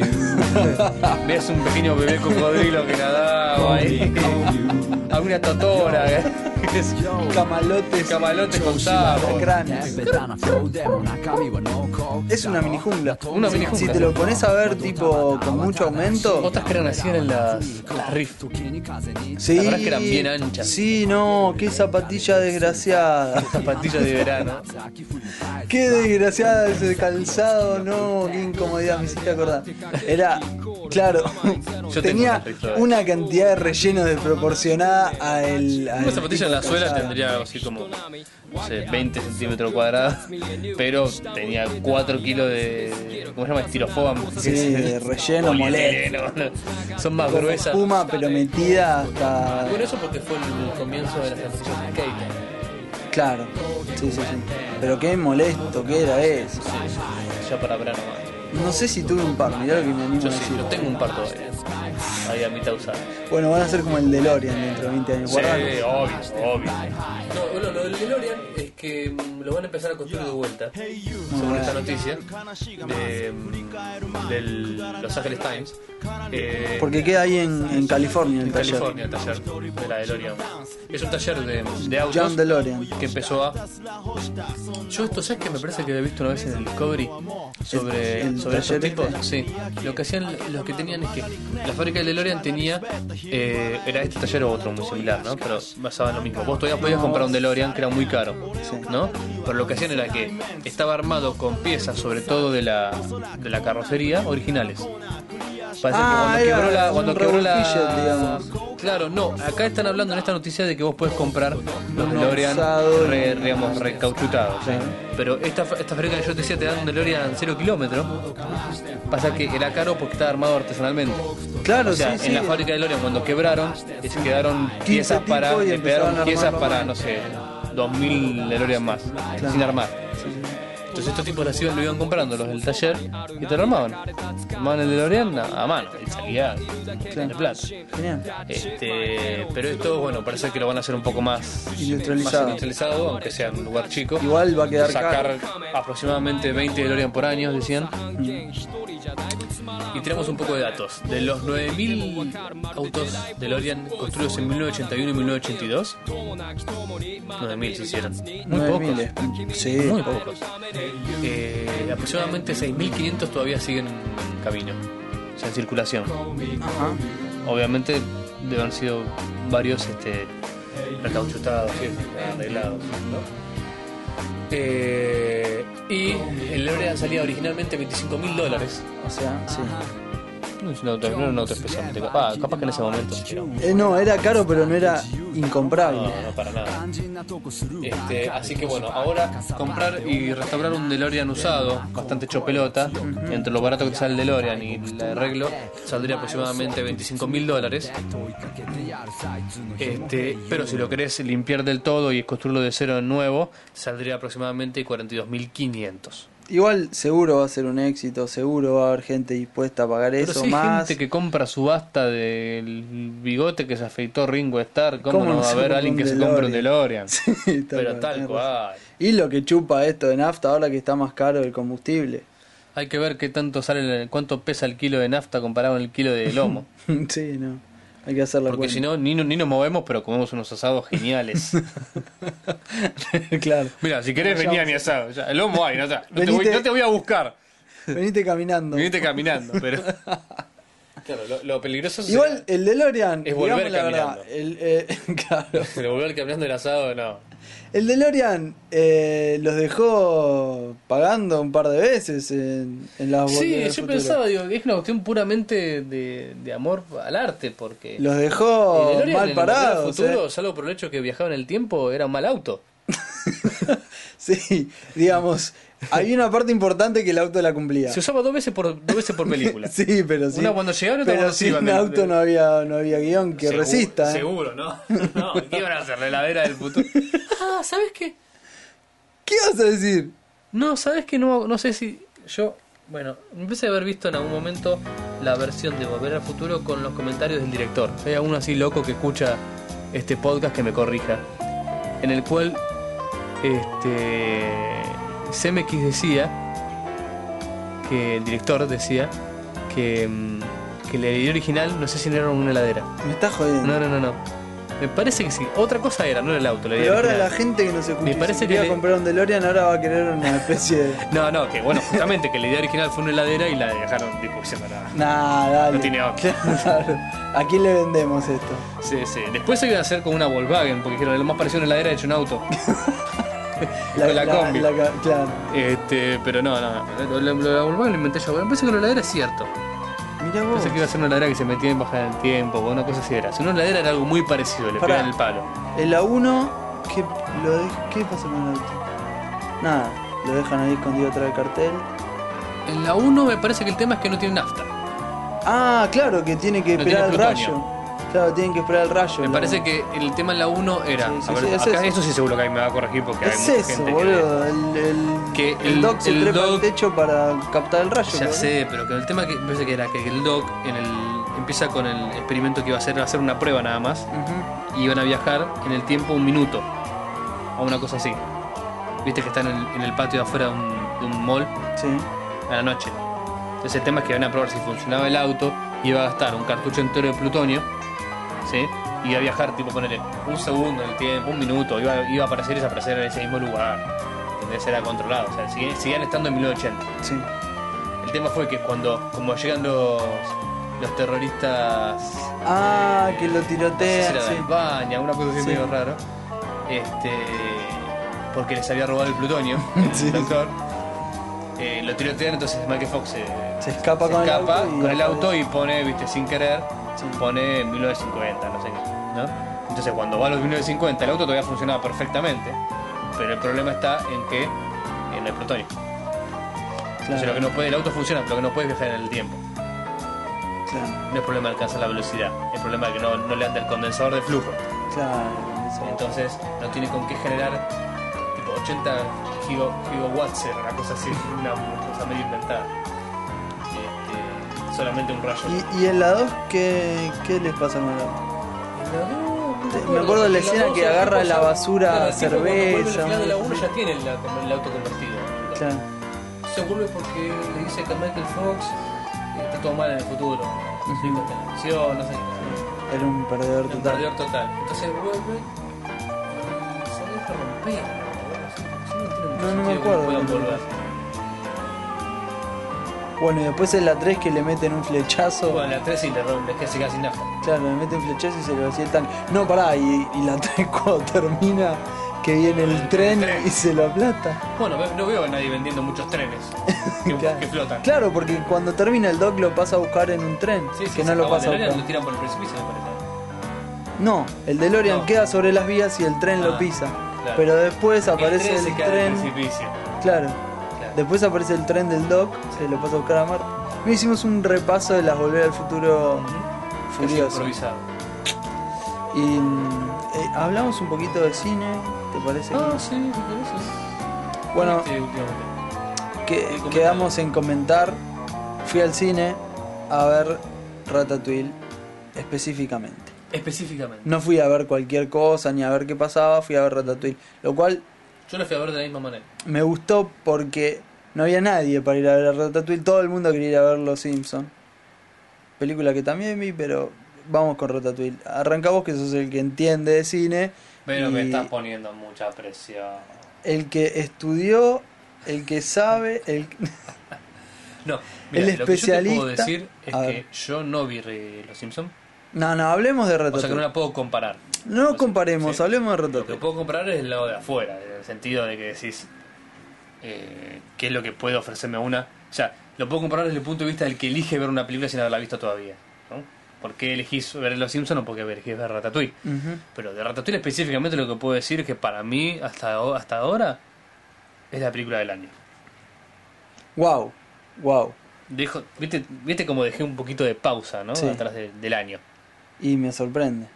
Veas un pequeño bebé cocodrilo que nadaba ahí. A una totora. ¿eh? que es
Camalotes.
Camalote con sapo.
alacranes. Es una mini jungla.
Una mini
Si
jungla.
te lo pones a ver, tipo, con mucho aumento.
Otras que eran así eran las, las riff.
Sí.
La verdad es que eran bien anchas.
Sí, no, qué zapatilla desgraciada.
Zapatillas de verano.
Qué desgraciada ese calzado, no, qué incomodidad, me hiciste acordar. Era, claro,
Yo tengo
tenía
una rifa.
una cantidad de relleno desproporcionada a el. a
Una
el
zapatilla en la suela
calzado.
tendría algo así como no sé, 20 centímetros cuadrados, pero tenía 4 kilos de. ¿Cómo se llama? Estirofobam.
Sí, de relleno molesto.
Polietileno, ¿no? Son más
Como
gruesas.
espuma, pero metida hasta.
Bueno, eso porque fue el comienzo de las zapatillas de skate.
Claro, sí, sí, sí. Pero qué molesto que era eso.
Ya para verano. más.
No sé si tuve un par, mirá lo que me animo a
Yo sí,
decir.
yo tengo un par todavía. Ahí a mitad usado.
Bueno, van a ser como el DeLorean dentro de 20 años.
Sí,
Guardalo.
obvio, obvio. No, bueno, lo del DeLorean es que mm, lo van a empezar a construir de vuelta, según
bueno.
esta noticia, de, mm, del Los Angeles Times. Eh,
Porque queda ahí en, en California el
en
taller.
California, el taller de la DeLorean. Es un taller de, de
John
autos
DeLorean.
que empezó a... Yo esto, ¿sabes que Me parece que lo he visto una vez en el Discovery sobre,
El- el
sobre estos
taller
tipos.
este.
Sí, lo que hacían los que tenían es que la fábrica de DeLorean tenía... eh, era este taller o otro muy similar, ¿no? Pero basado en lo mismo. Vos todavía podías comprar un DeLorean que era muy caro,
Sí.
¿no? Pero lo que hacían era que estaba armado con piezas, sobre todo de la, de la carrocería, originales. Parece
Ah,
que
era
cuando quebró la.
un
Cuando
revoltillo,
quebró la...
digamos.
Claro, no, acá están hablando en esta noticia de que vos podés comprar los DeLorean
usado y-
re- digamos, recauchutados. ¿sí?
Claro.
Pero esta, esta fábrica que yo te decía te dan un DeLorean 0 kilómetros. Pasa que era caro porque estaba armado artesanalmente.
Claro,
O sea,
sí, sí.
en la fábrica de DeLorean cuando quebraron, es- quedaron
15
piezas
tipos
para,
y
eh,
empezaron
quedaron
a
piezas
armarlo
para,
mal.
no sé, 2000 DeLorean más, sin armar. Entonces estos tipos las iban, lo iban comprando los del taller y te lo armaban. Armaban el DeLorean a a mano, y salía de plata.
Genial.
Este, pero esto, bueno, parece que lo van a hacer un poco más
Industrializado.
más industrializado, aunque sea en un lugar chico.
Igual va a quedar
Sacar
caro.
aproximadamente 20 DeLorean por año, decían. Y tenemos un poco de datos. De los 9.000 autos DeLorean construidos en 1981 y 1982, 9.000 se hicieron. Muy
9000
pocos.
es- Sí.
Muy pocos. Eh, aproximadamente 6.500 todavía siguen en camino, o sea, en circulación.
Ajá.
Obviamente deben haber sido varios este, recauchutados, sí, arreglados. ¿no? Eh, y el DeLorean salía originalmente 25 mil dólares.
O sea, sí.
No es un auto, no era un auto especialmente. Capaz, capaz que en ese momento. pero no,
Eh, no, era caro, pero no era incomparable.
no, para nada. Este, así que bueno, ahora comprar y restaurar un DeLorean usado, bastante chopelota, entre lo barato que sale el DeLorean y el arreglo, saldría aproximadamente 25 mil dólares. Este, pero si lo querés limpiar del todo y construirlo de cero nuevo, saldría aproximadamente 42.500.
Igual seguro va a ser un éxito, seguro va a haber gente dispuesta a pagar
Pero
eso
si hay
más.
gente que compra subasta del bigote que se afeitó Ringo Starr, ¿cómo,
¿Cómo
no
no
va a
se
haber
compra
alguien
un
que se compre un
DeLorean?
DeLorean?
Sí, tal
Pero
cual,
tal
tenés
cual.
Y lo que chupa esto de nafta ahora que está más caro el combustible.
Hay que ver qué tanto sale, el- cuánto pesa el kilo de nafta comparado con el kilo de lomo.
sí, no. Hay que hacer la
Porque si no, ni, no- ni nos movemos, pero comemos unos asados geniales.
claro.
Mira, si querés venir a mi asado. Ya, el lomo hay, no, está. no, te,
Venite-
voy, no te voy a buscar.
Venite caminando.
Viniste caminando, pero. Claro, lo, lo peligroso es.
Igual el DeLorean,
Es volver
digamos la verdad. El, eh, claro.
Pero volver caminando el asado, no.
El DeLorean eh, los dejó pagando un par de veces en, en las
Sí,
Volver
yo
al Futuro.
pensaba, digo, que es una cuestión puramente de, de amor al arte, porque.
Los
el
dejó
DeLorean en
mal
el Volver al
parados.
futuro,
eh.
salvo por el hecho que viajaba en el tiempo, era un mal auto.
eh. Sí, digamos, había una parte importante que el auto la cumplía.
Se usaba dos veces por, dos veces por película.
Sí, pero sí.
Una cuando llegaron, otra
pero
cuando se
sin
iban del-
auto
del-
no había no había guión que
Seguro-
resista. ¿eh?
Seguro, ¿no? No, ¿qué iban a hacer? La heladera del futuro. Ah, ¿sabes qué?
¿Qué vas a decir?
No, ¿sabes qué? No, no sé si yo... Bueno, me empecé a haber visto en algún momento la versión de Volver al Futuro con los comentarios del director. Si hay alguno así loco que escucha este podcast que me corrija. En el cual este CMX decía que el director decía que, mm, que la idea original no sé si no era una heladera.
Me estás jodiendo.
No, no, no, no. Me parece que sí. Otra cosa era, no era el auto. La idea
pero ahora
original.
la gente que nos escucha
Me
y se
parece que
quería
le-
comprar un DeLorean ahora va a querer una especie de
No, no, que bueno, justamente que la idea original fue una heladera y la dejaron discutiendo nada.
Nah, dale.
No tiene otro.
Claro. ¿A quién le vendemos esto?
Sí, sí. Después se iba a hacer con una Volkswagen, porque dijeron, lo más parecido a una heladera hecho un auto. Con la combi.
ca- claro.
Este, pero no, no, no. Lo- lo- lo- La Volkswagen lo inventé yo. Me parece que la heladera es cierto.
Mira vos.
Pensé que iba a ser una heladera que se metía en bajar en el tiempo, o una cosa así era. Si una heladera era algo muy parecido, le
Pará.
pegan el palo.
El A1, ¿qué, lo de- ¿qué pasa con el auto? Nada, lo dejan ahí escondido atrás del cartel.
En la 1 me parece que el tema es que no tiene nafta.
Ah, claro, que tiene que
No
esperar
tiene
al rayo.
plutonio.
Claro, tienen que esperar el rayo.
Me
la-
parece que el tema en la 1 era.
Sí, sí,
a ver,
sí, es
acá
eso.
eso sí seguro que ahí me va a corregir porque hay
Es
mucha
eso,
gente que-
boludo. El, el,
que
el
el-
Doc se
el
trepa al
Doc-
techo para captar el rayo.
Ya
boludo.
sé, pero que el tema que me parece que era que el Doc en el, empieza con el experimento que iba a hacer, va a hacer una prueba nada más,
Ujú.
y iban a viajar en el tiempo un minuto, o una cosa así. Viste que están en el, en el patio de afuera de un, de un mall
Sí.
a la noche. Entonces el tema es que iban a probar si funcionaba el auto, iba a gastar un cartucho entero de plutonio, ¿sí? Y iba a viajar, tipo, ponerle un segundo en el tiempo, un minuto, iba, iba a aparecer y desaparecer en ese mismo lugar. Entonces era controlado, o sea, siguen- seguían estando en 1980.
Sí.
El tema fue que cuando como llegan los, los terroristas
Ah, que lo
no sé si
tirotean.
era de
sí.
Albania, una cosa así
Sí.
medio raro, este, porque les había robado el plutonio, el
Sí.
doctor, eh, lo tirotean, entonces Michael Fox se,
Se escapa
se
con el
escapa
auto y
con el auto
aparece.
y pone, viste, sin querer,
Sí.
pone 1950, no sé qué, ¿no? Entonces cuando va a los 1950 el auto todavía funcionaba perfectamente, pero el problema está en que en el plutonio. Entonces
Claro,
lo que no puede, el auto funciona, pero lo que no puede es viajar en el tiempo.
claro,
No es problema de alcanzar la velocidad, el problema es que no, no le anda el condensador de flujo.
claro, eso.
Entonces no tiene con qué generar tipo 80 gigo- gigawatts, era una cosa así, una cosa medio inventada. Este, solamente un rayo.
¿Y, y en la 2 qué, qué les pasa con la dos?
Me
Me acuerdo de la escena que agarra la basura, cerveza,
Al final de la
¿no?
1 ya tiene la- como el auto convertido.
Claro,
Se vuelve porque le dice que Michael Fox eh, está todo mal en el futuro. Su hijo está en la prisión, no sé qué.
era un perdedor
Un
total.
perdedor total. Entonces vuelve y se deja romper.
No, no me
tiene mucho sentido que
acuerdo.
puedan volver.
Bueno, y después en la 3 que le meten un flechazo.
Bueno, la 3 y le rompe, es que se queda sin nafta.
Claro, le meten un flechazo y se lo vacía el tanque. No, pará, y, y la 3 cuando termina, que viene el tren
tren.
y se lo aplasta.
Bueno, ve- no veo a nadie vendiendo muchos trenes que,
Claro.
que flotan.
Claro, porque cuando termina el Doc lo pasa a buscar en un tren,
Sí, sí,
que
se
no lo
acabó el
pasa a
DeLorean,
buscar.
Lo tiran por el precipicio, me parece.
No, el DeLorean
No.
queda sobre las vías y el tren lo
Ah,
pisa.
claro.
Pero después
el
aparece
tren se
el
cae del
tren.
precipicio.
Claro.
Claro.
Después aparece el tren del Doc, se lo pasa a buscar a Marta. Me hicimos un repaso de las Volver al Futuro
Casi
Furioso.
improvisado.
Y mm, eh, hablamos un poquito de cine, ¿te parece?
Ah, sí, me parece.
bueno,
Este, últimamente.
que-
comentar.
quedamos en comentar. Fui al cine a ver Ratatouille específicamente.
Específicamente.
No fui a ver cualquier cosa ni a ver qué pasaba, fui a ver Ratatouille. Lo cual
Yo lo fui a ver de la misma manera.
me gustó porque no había nadie para ir a ver a Ratatouille, todo el mundo quería ir a ver Los Simpson. Película que también vi, pero vamos con Ratatouille. Arranca vos que sos el que entiende de cine,
Pero
Y-
me estás poniendo mucha presión.
el que estudió, el que sabe, el
No, mira,
El
lo que yo te puedo
especialista-
decir es
A
que
ver.
yo no vi eh, Los Simpsons,
No, no, hablemos de
o sea
Ratatouille.
que no la puedo comparar.
No nos comparemos,
Sí.
hablemos de
Lo que
Ratatouille.
puedo comprar es el lado de afuera, en el sentido de que decís eh, qué es lo que puede ofrecerme una. O sea, lo puedo comprar desde el punto de vista del que elige ver una película sin haberla visto todavía. ¿no? ¿Por qué elegís ver Los Simpsons o por qué elegís ver Ratatouille?
Ujú.
Pero de Ratatouille específicamente lo que puedo decir es que para mí, hasta, o- hasta ahora, es la película del año.
Wow, wow.
Dejo, ¿viste, viste como dejé un poquito de pausa, ¿no?
Sí.
Atrás de- del año.
Y me sorprende.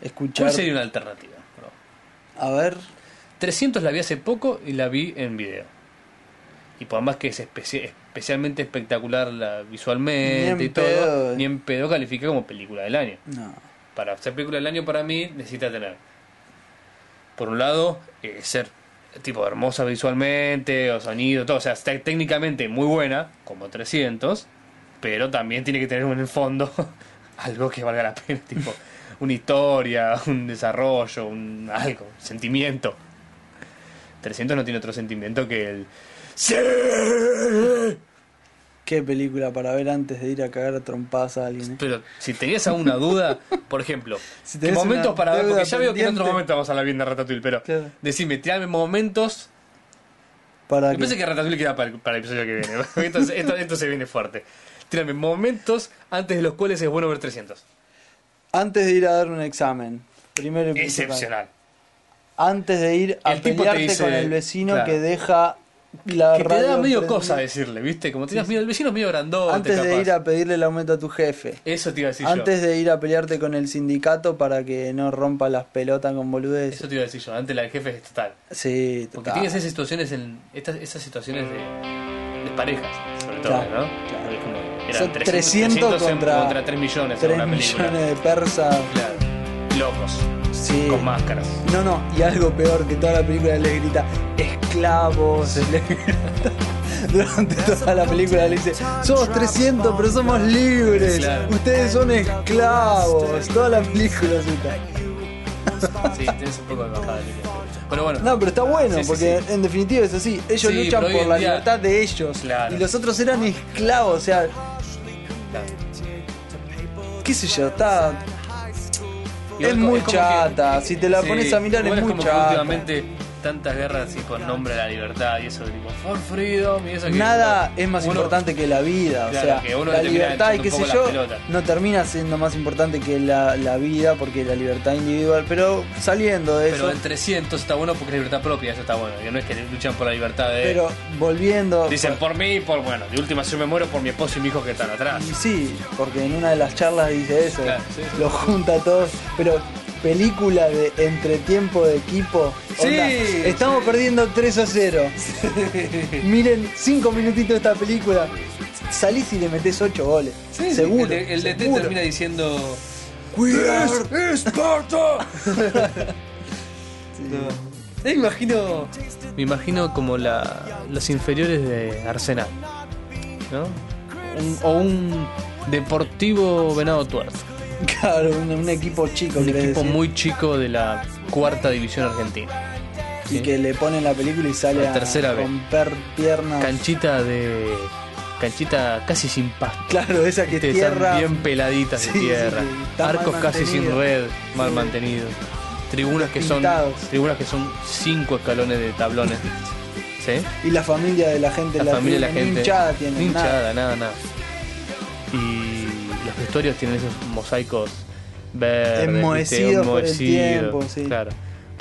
Escuchar.
¿Cuál sería una alternativa? bro?
A ver,
300 la vi hace poco y la vi en video. Y por más que es especi- especialmente espectacular la, visualmente
Ni en
y todo,
pedo.
ni en pedo califica como película del año.
no.
Para ser película del año, para mí, necesita tener, por un lado, eh, ser tipo hermosa visualmente, o sonido, todo. O sea, está técnicamente muy buena, como 300, pero también tiene que tener en el fondo algo que valga la pena, tipo una historia, un desarrollo, un algo, un sentimiento. 300 no tiene otro sentimiento que el. ¡Sí!
Qué película para ver antes de ir a cagar a trompadas a alguien. eh.
Pero si tenías alguna duda, por ejemplo,
Si
¿qué
tenés
momentos
una
para ver, porque
deuda
ya veo que en otro
pendiente.
momento vamos a hablar bien de Ratatouille, pero
Claro.
decime, tirame momentos.
Para
Yo pensé que Ratatouille queda para el, para el episodio que viene. Entonces, esto, esto se viene fuerte. Tirame momentos antes de los cuales es bueno ver 300.
Antes de ir a dar un examen. Primero y principal.
Excepcional.
Antes de ir a
El tipo te
pelearte
dice-
con el vecino
claro.
que deja la
Que te da
radio
medio
prendida.
cosa decirle, ¿viste? Como tenías miedo, el vecino es medio grandote.
Antes de
capaz.
ir a pedirle el aumento a tu jefe.
Eso te iba a decir
Antes de ir a pelearte con el sindicato para que no rompa las pelotas con
yo.
boludez.
Eso te iba a decir yo. Antes la del jefe es total.
Sí,
Porque
total.
tienes esas situaciones en. Estas, esas situaciones de, de parejas, sobre todo,
Claro,
¿no?
claro.
Porque es como- eran
Son
300,
300
en-
contra-
3 millones en
3
una película.
millones de persas.
Claro. Locos,
Sí.
con máscaras.
No, no, y algo peor que toda la película le grita esclavos. le- Durante toda la película le dice, somos 300 pero somos libres,
Claro.
ustedes son esclavos. Toda la película suelta.
Sí, tienes un poco de bajada de línea. Pero bueno,
No, pero está bueno,
Sí, sí,
porque en definitiva es así, ellos
Sí,
luchan
pero hoy
por
en
la
día-
libertad de ellos
Claro.
y los otros eran esclavos, o sea,
claro.
qué sé yo, está...
Igual
es
co-
muy
como
chata, si te la pones a mirar
igual
es muy
como que
chata.
últimamente tantas guerras así con nombre a la libertad y eso, tipo, for freedom y eso que
Nada
uno-
es más
uno-
importante que la vida,
Claro,
o
que
sea,
uno
la
le termina
libertad y
hinchando
qué
un
sé
poco
yo,
las pelotas.
no termina siendo más importante que la, la vida, porque la libertad individual, pero saliendo de
Pero
eso,
en 300 está bueno porque es libertad propia, eso está bueno. Que no es que luchan por la libertad de.
pero volviendo,
Dicen por mí y por bueno, de última yo me muero por mi esposo y mi hijo que están atrás.
y sí, porque en una de las charlas dice eso,
Claro, sí, sí.
lo junta a todos, pero película de entretiempo de equipo,
Sí,
onda, estamos perdiendo 3 a 0, miren 5 minutitos esta película, salís y le metés 8 goles, seguro,
El, el DT
seguro.
termina diciendo. Me imagino. Me imagino como la, los inferiores de Arsenal. ¿No? Un- o un deportivo venado tuerto.
Claro, un, un equipo chico,
Un
querés
equipo
decir.
muy chico de la cuarta división argentina.
Y que le ponen la película y sale
La tercera
a
vez.
romper
Ah.
piernas.
Canchita de. Canchita casi sin pasto.
claro, esa que
Te
tierra.
están bien peladitas
Sí,
de tierra.
sí, sí, están
Arcos
mal
casi sin red,
mantenidos.
mal
Sí.
mantenidos. Tribunas que son.
Pintados.
Tribunas que son cinco escalones de tablones. ¿Sí?
Y la familia de la gente,
La, familia de la
tienen,
gente.
hinchada tienen,
Ni
nada.
hinchada, nada, nada. Y los vestuarios tienen esos mosaicos verdes. ¿viste?
Enmohecidos por el tiempo, sí.
Claro.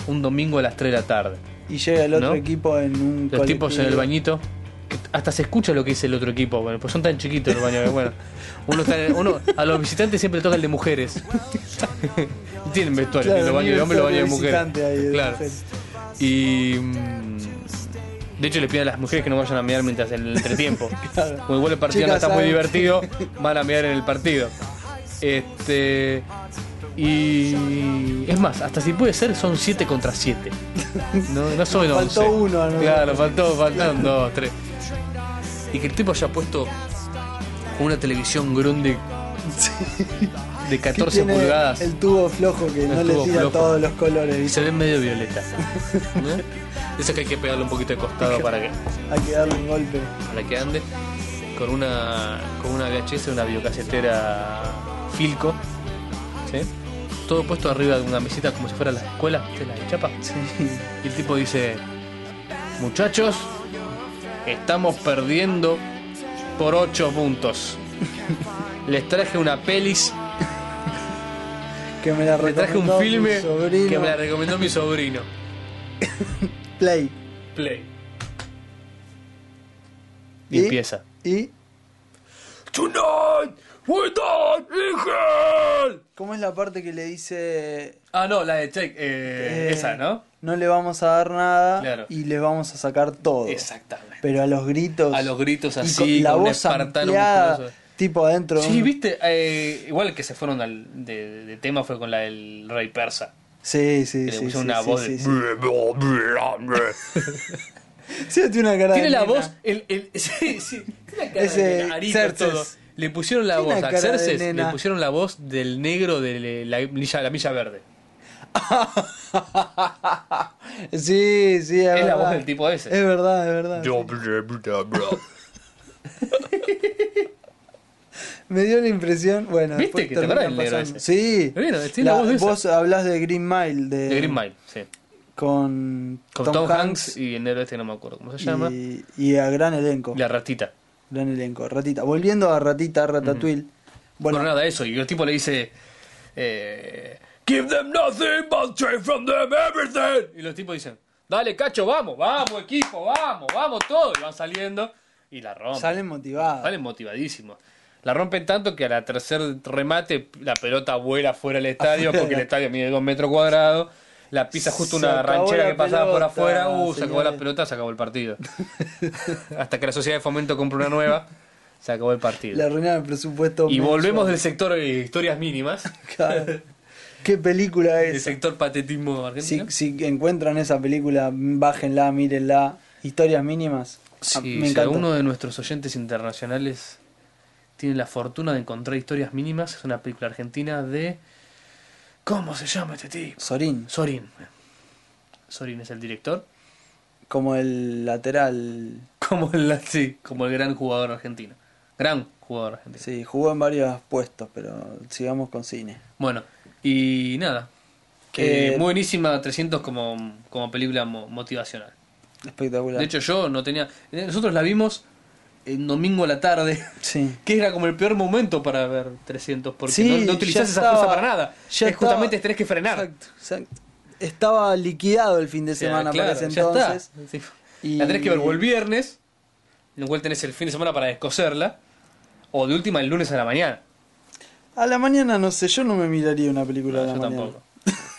Un domingo a las 3 de la tarde.
Y llega el otro
¿No?
equipo en un
Los tipos en el
colectivo.
bañito. que Hasta se escucha lo que dice el otro equipo, bueno, pues son tan chiquitos los baños que bueno. Uno está en- uno, a los visitantes siempre le toca el de mujeres. Tienen vestuario,
Claro,
tienen los baños de
el
hombre y los baños de
visitante
mujeres.
ahí, de
claro.
mujeres.
Y. mm, De hecho, les piden a las mujeres que no vayan a mirar mientras en el entretiempo. Como igual el partido no
Chicas,
está muy
¿saben?
divertido, van a mirar en el partido. Este. Y. Es más, hasta si puede ser, son 7 contra 7. No, no son 11.
Faltó uno, ¿no?
Claro, faltó, faltaron 2, 3. Y que el tipo haya puesto una televisión grande de
Que
14
tiene
pulgadas.
El tubo flojo que no le
tubo
tira
flojo.
todos los colores.
Y
¿viste?
se ve medio violeta. ¿no? Eso que hay que pegarle un poquito de costado para que,
Hay que darle un golpe.
para que ande. Con una, con una VHS, una videocasetera Filco. ¿sí? Todo puesto arriba de una mesita como si fuera la escuela, ¿viste? la de chapa. Y el tipo dice: Muchachos, estamos perdiendo por 8 puntos. Les traje una pelis
Que me la
Le traje un
recomendó mi
filme
sobrino.
que me la recomendó mi sobrino.
Play.
Play.
Y
Y, empieza.
¿Y
Tonight we don't in hell.
cómo es la parte que le dice
Ah, no, la de Check. eh,
Eh,
esa, ¿no?
No le vamos a dar nada
Claro.
y le vamos a sacar todo.
Exactamente.
Pero a los gritos.
A los gritos
y
así,
con la
con un
voz
espartano
ampliada,
musculoso.
tipo adentro. de
Sí,
un-
viste, eh, igual que se fueron al, de, de tema fue con la del rey persa.
Sí, sí,
Que le
sí.
puso
sí,
una
sí,
voz
sí,
de...
sí. Sí, tiene una cara
Tiene
de
la
nena.
voz, el, el, sí, sí, tiene la cara
Ese
de nena, aritos,
Xerxes.
todo. Le pusieron la
Tiene
voz
la
a
cara de
Xerxes, le
nena.
pusieron la voz del negro de la, milla- la milla verde.
sí, sí, es,
Es la
verdad.
voz del tipo ese.
Es verdad, es verdad. Me dio la impresión. Bueno,
¿Viste
después
que te acordás del
terminan
negro
pasando.
ese?
Sí.
Pero bueno, tiene la voz de esa.
Vos hablás de Green Mile. De,
De Green Mile, sí.
Con,
Con Tom, Hanks, y el negro este no me acuerdo cómo se llama.
y, y a gran elenco.
La ratita.
Gran elenco. Ratita. Volviendo a Ratita, Ratatouille.
Bueno,
Bueno,
nada, eso. Y el tipo le dice... eh, Give them nothing but take from them everything. Y los tipos dicen... Dale, cacho, vamos, vamos, equipo, vamos, vamos, todo. Y van saliendo y la rompen.
Salen motivados.
Salen motivadísimos. La rompen tanto que a la tercer remate la pelota vuela fuera del estadio porque el estadio mide 2 metros cuadrados. La pisa justo
Se
una
acabó
ranchera
la
que pasaba por
pelota,
afuera. Uh, se acabó la
señores.
pelota, se acabó el partido. Hasta que la sociedad de fomento compró una nueva, se acabó el partido.
Le arruinaron el presupuesto.
y
mensual.
volvemos del sector eh, historias mínimas,
Claro. ¿Qué película
del
es?
sector patetismo argentino.
Si, si encuentran esa película, bájenla, mírenla. Historias mínimas. Ah,
Si,
me
si
encanta.
alguno de nuestros oyentes internacionales tiene la fortuna de encontrar historias mínimas, es una película argentina de. ¿Cómo se llama este tipo?
Sorín,
Sorín. Sorín es el director.
como el lateral.
Como el, sí, como el gran jugador argentino. Gran jugador argentino.
Sí, jugó en varios puestos, pero sigamos con cine.
Bueno, y nada.
Eh,
Eh, muy buenísima 300 como, como película mo- motivacional.
Espectacular.
De hecho, yo no tenía. Nosotros la vimos en domingo a la tarde.
sí.
Que era como el peor momento para ver 300, porque
Sí,
no, no
ya
utilizás esa
estaba-
fuerza para nada.
ya
es justamente
estaba-
tenés que frenar.
Exacto, exacto. Estaba liquidado el fin de
O sea,
semana
claro,
para ese
ya está.
entonces.
Sí.
Y-
La tenés que ver o el viernes, en lo cual tenés el fin de semana para descoserla, o de última el lunes a la mañana.
A la mañana, no sé, yo no me miraría una película
No,
a la
Ah, yo
mañana.
tampoco.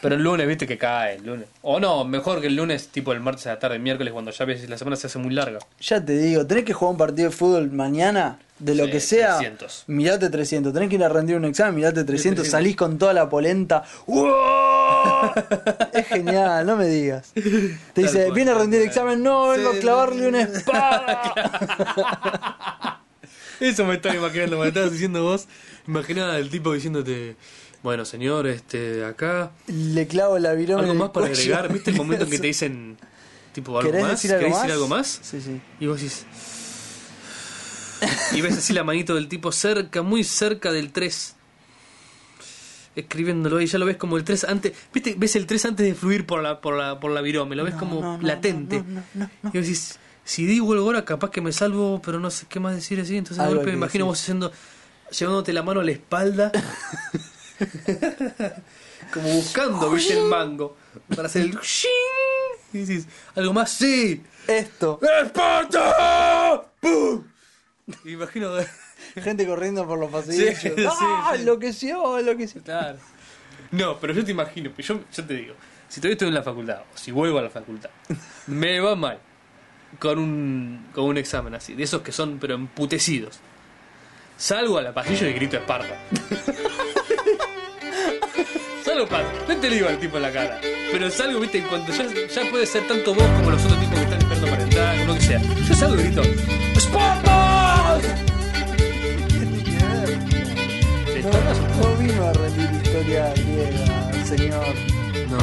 Pero el lunes, viste que cae el lunes. O no, mejor que el lunes, tipo el martes a la tarde, el miércoles, cuando ya ves la semana se hace muy larga.
Ya te digo, tenés que jugar un partido de fútbol mañana, de lo
Sí,
que sea,
300.
mirate 300. Tenés que ir a rendir un examen, mirate 300,
300.
salís con toda la polenta. ¡Wow! es genial, no me digas. Te dice,
cual,
viene a
tal
rendir
cual.
examen, no, vengo a clavarle una espada.
Eso me estaba imaginando, me estabas diciendo vos. Imaginaba el tipo diciéndote, bueno, señor, este, acá.
Le clavo la viroma.
Algo
en el
más para
cuello.
agregar, ¿viste el momento en que te dicen, tipo, algo
¿Querés
más?
decir algo
¿Querés
más?
decir algo más?
Sí, sí.
Y vos decís. Y ves así la manito del tipo cerca, muy cerca del 3. Escribiéndolo ahí, ya lo ves como el 3 antes. ¿Viste? Ves el 3 antes de fluir por la, por la, por la virome, lo ves como
no, no,
latente.
no, no, no,
Y vos decís, si digo vuelvo ahora, capaz que me salvo, pero no sé qué más decir así. Entonces de
Algo
golpe
hay
me
que
imagino vos haciendo, llevándote la mano a la espalda. como buscando,
¿eh?
viste, el mango. Para hacer el. Y decís, algo más, sí.
Esto.
¡Esparta! ¡Pum! Imagino.
Gente corriendo por los pasillos.
Sí,
¡Ah!
sí, sí.
Enloqueció, enloqueció.
Claro. No, pero yo te imagino. Yo, yo te digo. Si todavía estoy en la facultad, o si vuelvo a la facultad, me va mal con un, con un examen así, de esos que son, pero emputecidos. Salgo a la pasillo y grito Esparta. salgo, Esparta. No te lo digo al tipo en la cara. Pero salgo, viste, en cuanto ya, ya puede ser tanto vos como los otros tipos que están esperando para entrar, como lo que sea. Yo salgo y grito ¡Esparta!
No,
Esparta es un
no vino a rendir historia griega, señor.
No.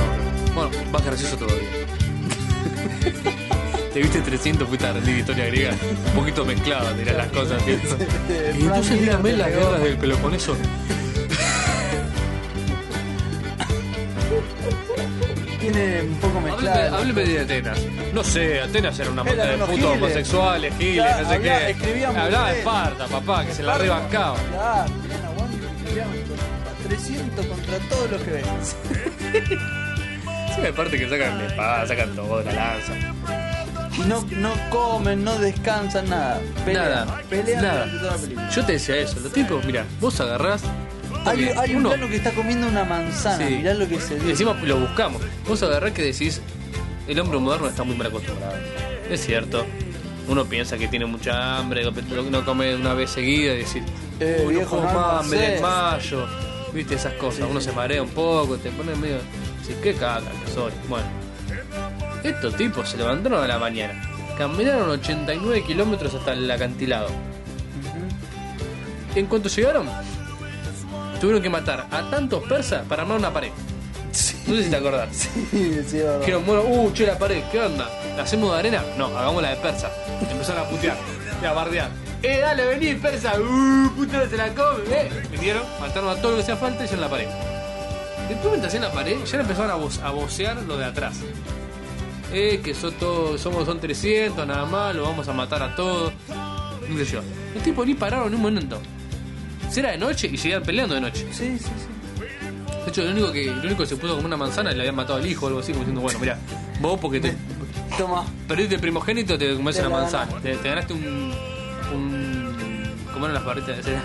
Bueno, más gracioso todavía. Te viste 300, fuiste a rendir historia griega. Un poquito mezclado, dirás las cosas. ¿sí? Y entonces dígame las guerras del Peloponeso.
Tiene un poco
Hábleme,
mezclado.
hábleme de Atenas. No sé, Atenas era una mata
Eran
de
unos
putos
giles.
homosexuales, giles,
Claro,
no sé
hablaba-
qué.
escribían
Hablaba de
burdeles.
Esparta, papá, que se la rebancaba.
Claro, tenían aguante, peleaban con 300 contra todos los que ven.
Sí, aparte que sacan de espada, sacan todo, la lanza.
No, no comen, no descansan, nada. Pelean,
Nada,
pelean
nada.
durante toda la película.
Yo te decía eso, los tipos, mira, vos agarrás.
Hay,
porque
hay un
uno-
plano que está comiendo una manzana,
Sí.
mirá lo que se
Y
dice.
encima lo buscamos. Vos agarrás que decís, el hombre moderno está muy mal acostumbrado. Es cierto. Uno piensa que tiene mucha hambre, lo- no come una vez seguida y decir,
Eh,
"Uy, no
viejo,
como
no
más, me
almorcé".
desmayo. Viste esas cosas, uno se marea un poco, te pone medio. Decís, qué caca, que soy. Bueno, estos tipos se levantaron a la mañana, caminaron 89 kilómetros hasta el acantilado. En cuanto llegaron, tuvieron que matar a tantos persas para armar una pared. No sé si te acordás.
Sí, sí, verdad.
Dijeron, bueno, uh, che, la pared, ¿qué onda? ¿La hacemos de arena? No, hagámosla de persa. Empezaron a putear y a bardear. ¡Eh, dale, vení, persa! ¡Uh, puta, se la come! Eh. Vinieron, mataron a todo lo que hacía falta y hicieron la pared. Después, mientras hacían la pared, ya empezaron a, voz- a vocear lo de atrás. Eh, que son todos, somos son 300, nada más, lo vamos a matar a todos. No sé yo. Los tipos ni pararon ni un momento. Si era de noche y seguían peleando de noche.
Sí, sí, sí.
De hecho, el único que, el único que se puso como una manzana le habían matado al hijo o algo así, como diciendo, bueno, mira, vos porque te,
Toma.
Perdiste el primogénito, te comés
Te
una
la
manzana. Te, te ganaste un. un ¿Cómo eran las barritas de cereal?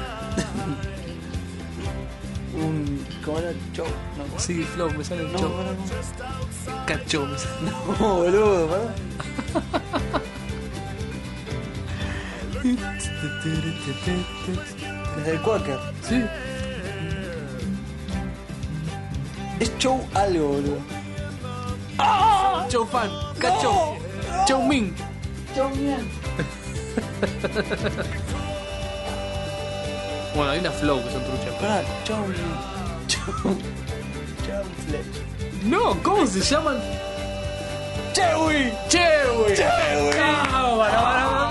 Un. ¿Cómo era? Chau. No.
Sí, Flow, me sale el
No,
cho.
pará,
Cacho, me sale.
no. No, Oh, boludo, pará. Desde el Quaker.
Sí.
Es show algo, boludo.
Chau fan. Cacho. Chau Min.
Chau, mira.
Bueno, hay unas Flow que son truchas. pero-
Pará, chau, mira. Chau. Chau, Fletch.
No, ¿cómo se llaman?
Chewy.
Chewy.
Chewy.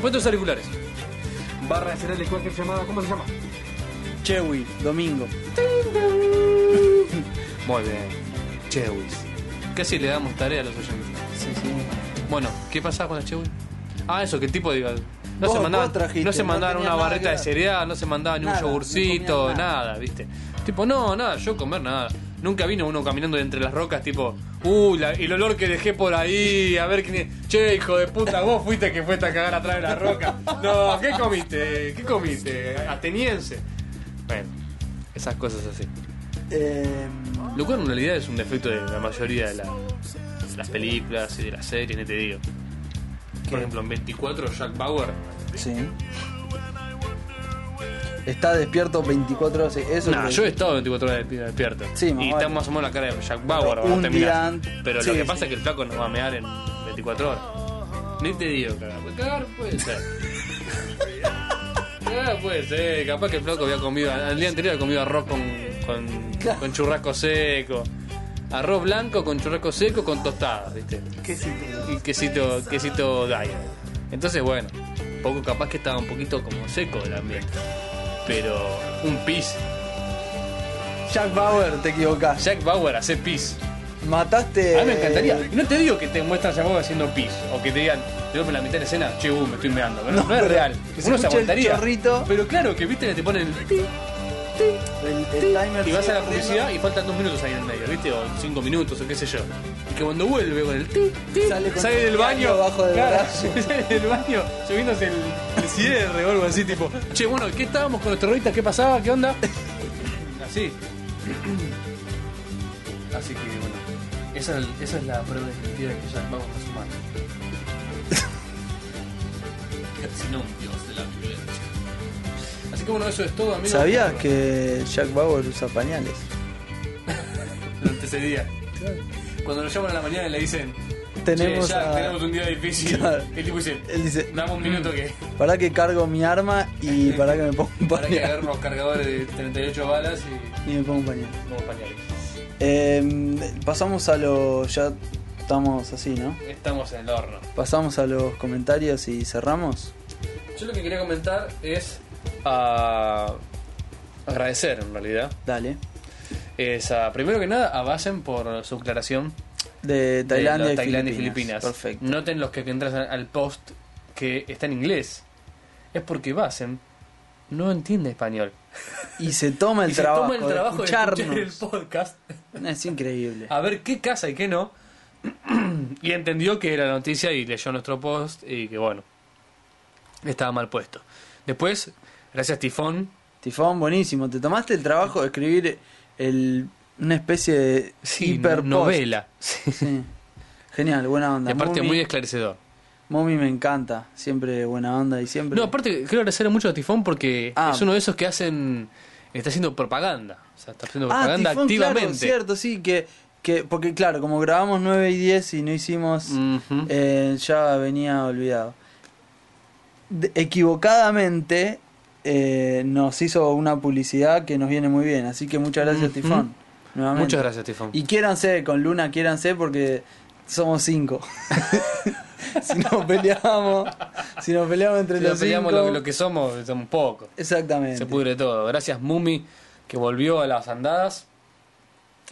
Pon tus auriculares. Barra de cereal de cualquier llamada, ¿cómo se llama?
Chewy, domingo.
Muy bien. Chewis. Casi le damos tarea a los oyentes.
Sí, sí.
Bueno, ¿qué pasa con las Chewis? Ah, eso, que el tipo diga. No
Vos-
se
vos
mandaban,
trajiste,
no se
no
mandaban
tenía
una
nada que
barrita de
ver.
cereal, no se mandaban ni un
Nada, no
yogurcito,
comían
nada.
nada.
¿viste? Tipo, no, nada, yo comer nada. Nunca vino uno caminando entre las rocas, tipo, uy, la- el olor que dejé por ahí, a ver quién es. Che, hijo de puta, vos fuiste que fuiste a cagar atrás de la roca. No, ¿qué comiste? ¿Qué comiste? Ateniense. Bueno, esas cosas así.
Eh,
Lo cual en realidad es un defecto de la mayoría de, la- de las películas y de las series, ni te digo. Por ejemplo, en 24 Jack Bauer.
sí. Está despierto 24 horas. Eso
Nah,
es
yo he estado 24 horas de- despierto.
Sí,
y
más
está
vale.
más o menos la cara de Jack Bauer.
Un
cuando terminás.
día antes.
Pero
Sí,
lo que
sí.
pasa es que el flaco nos va a mear en 24 horas. Ni te digo, cagar. Pues Cagar puede ser. Cagar puede ser. Capaz que el flaco había comido, al día anterior había comido arroz con, con,
Claro.
con churrasco seco. Arroz blanco con churrasco seco con tostadas, ¿viste?
¿Qué sí te-
y quesito, quesito diet. Entonces, bueno, un poco capaz que estaba un poquito como seco el ambiente. Pero un pis.
Jack Bauer, te equivocás.
Jack Bauer hace pis.
Mataste.
A mí me encantaría.
Eh.
No te digo que te muestran a Jack Bauer haciendo pis. O que te digan, te en la mitad de la escena, che, uh, me estoy meando. Pero no,
No,
es
pero
real.
que se
Uno
escuche
se
el
aguantaría.
chorrito.
Pero claro, que viste que te ponen el pi,
El, el timer
y vas a
sigue
la publicidad y faltan dos minutos ahí en el medio, viste, o cinco minutos o qué sé yo. Y que cuando vuelve con el ti, ti,
Sale
sale,
con el
del baño,
diario abajo del
claro,
brazo.
sale del baño, subiéndose el, el cierre o algo así, tipo, che, bueno, ¿qué estábamos con los terroristas? ¿Qué pasaba? ¿Qué onda? Así. Así que bueno, esa es, esa es la prueba definitiva de que ya vamos a sumar. Sino un dios de la violencia. Así que bueno, eso es todo,
siendo-
amigos.
¿Sabías que Jack Bauer usa pañales?
durante ese día. Cuando lo llaman a la mañana y le dicen,
Tenemos
"Che, Jack,
a-
tenemos un día difícil.
Claro.
El tipo dice,
Él dice:
dame un minuto que
Para que cargo mi arma y para que me ponga un
para que
pañal.
agarren los cargadores de 38 balas y
Y me pongo un pañal.
como pañales.
Eh, pasamos a lo. Ya estamos así, ¿no?
Estamos en el horno.
Pasamos a los comentarios y cerramos.
Yo lo que quería comentar es ah, agradecer en realidad.
Dale.
Es a, primero que nada a Basen por su aclaración
De Tailandia,
de
y,
los
Filipinas.
Tailandia y Filipinas.
Perfecto.
Noten los que entran al post que está en inglés. Es porque Basen no entiende español.
Y se toma el
y se
trabajo.
toma el trabajo de escuchar el
escucharnos.
podcast
Es increíble.
a ver qué casa y qué no. y entendió que era la noticia y leyó nuestro post y que bueno, estaba mal puesto. Después, gracias Tifón.
Tifón, buenísimo. Te tomaste el trabajo de escribir el, una especie de
Sí,
hiperpost.
novela. Sí.
Sí. Genial, buena onda.
Y aparte
Mumi,
muy esclarecedor.
Mumi me encanta. Siempre buena onda y siempre.
No, aparte quiero agradecer mucho a Tifón porque
Ah.
es uno de esos que hacen... Está haciendo propaganda. O sea, está haciendo
ah,
propaganda
Tifón, claro,
activamente.
cierto, sí. Que, que, porque claro, como grabamos 9 y 10 y no hicimos.
Ujú.
Eh, ya venía olvidado. De- equivocadamente eh, nos hizo una publicidad que nos viene muy bien. Así que muchas gracias,
Ujú.
Tifón. nuevamente.
Muchas gracias Tifón.
Y quiéranse, con Luna quiéranse porque somos cinco. si nos peleamos, si nos peleamos entre
Si
los
nos peleamos
cinco.
lo, lo que somos, somos pocos.
Exactamente.
Se pudre todo. Gracias Mumi que volvió a las andadas.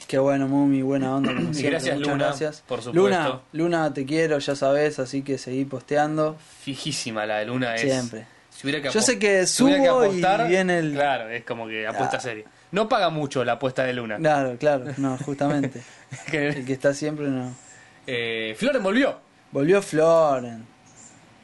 Qué bueno, Mumi, buena onda. como
Y
siempre,
gracias,
muchas
Luna,
gracias.
por supuesto.
Luna, Luna, te quiero, ya sabes, así que seguí posteando.
Fijísima la de Luna es.
Siempre.
Si hubiera que
Yo
apos-
sé que
si hubiera
subo y viene el-
Claro, es como que apuesta
Ah.
seria. No paga mucho la apuesta de Luna.
Claro, claro, no, justamente.
Que,
El que está siempre no.
eh, Floren volvió.
Volvió Floren.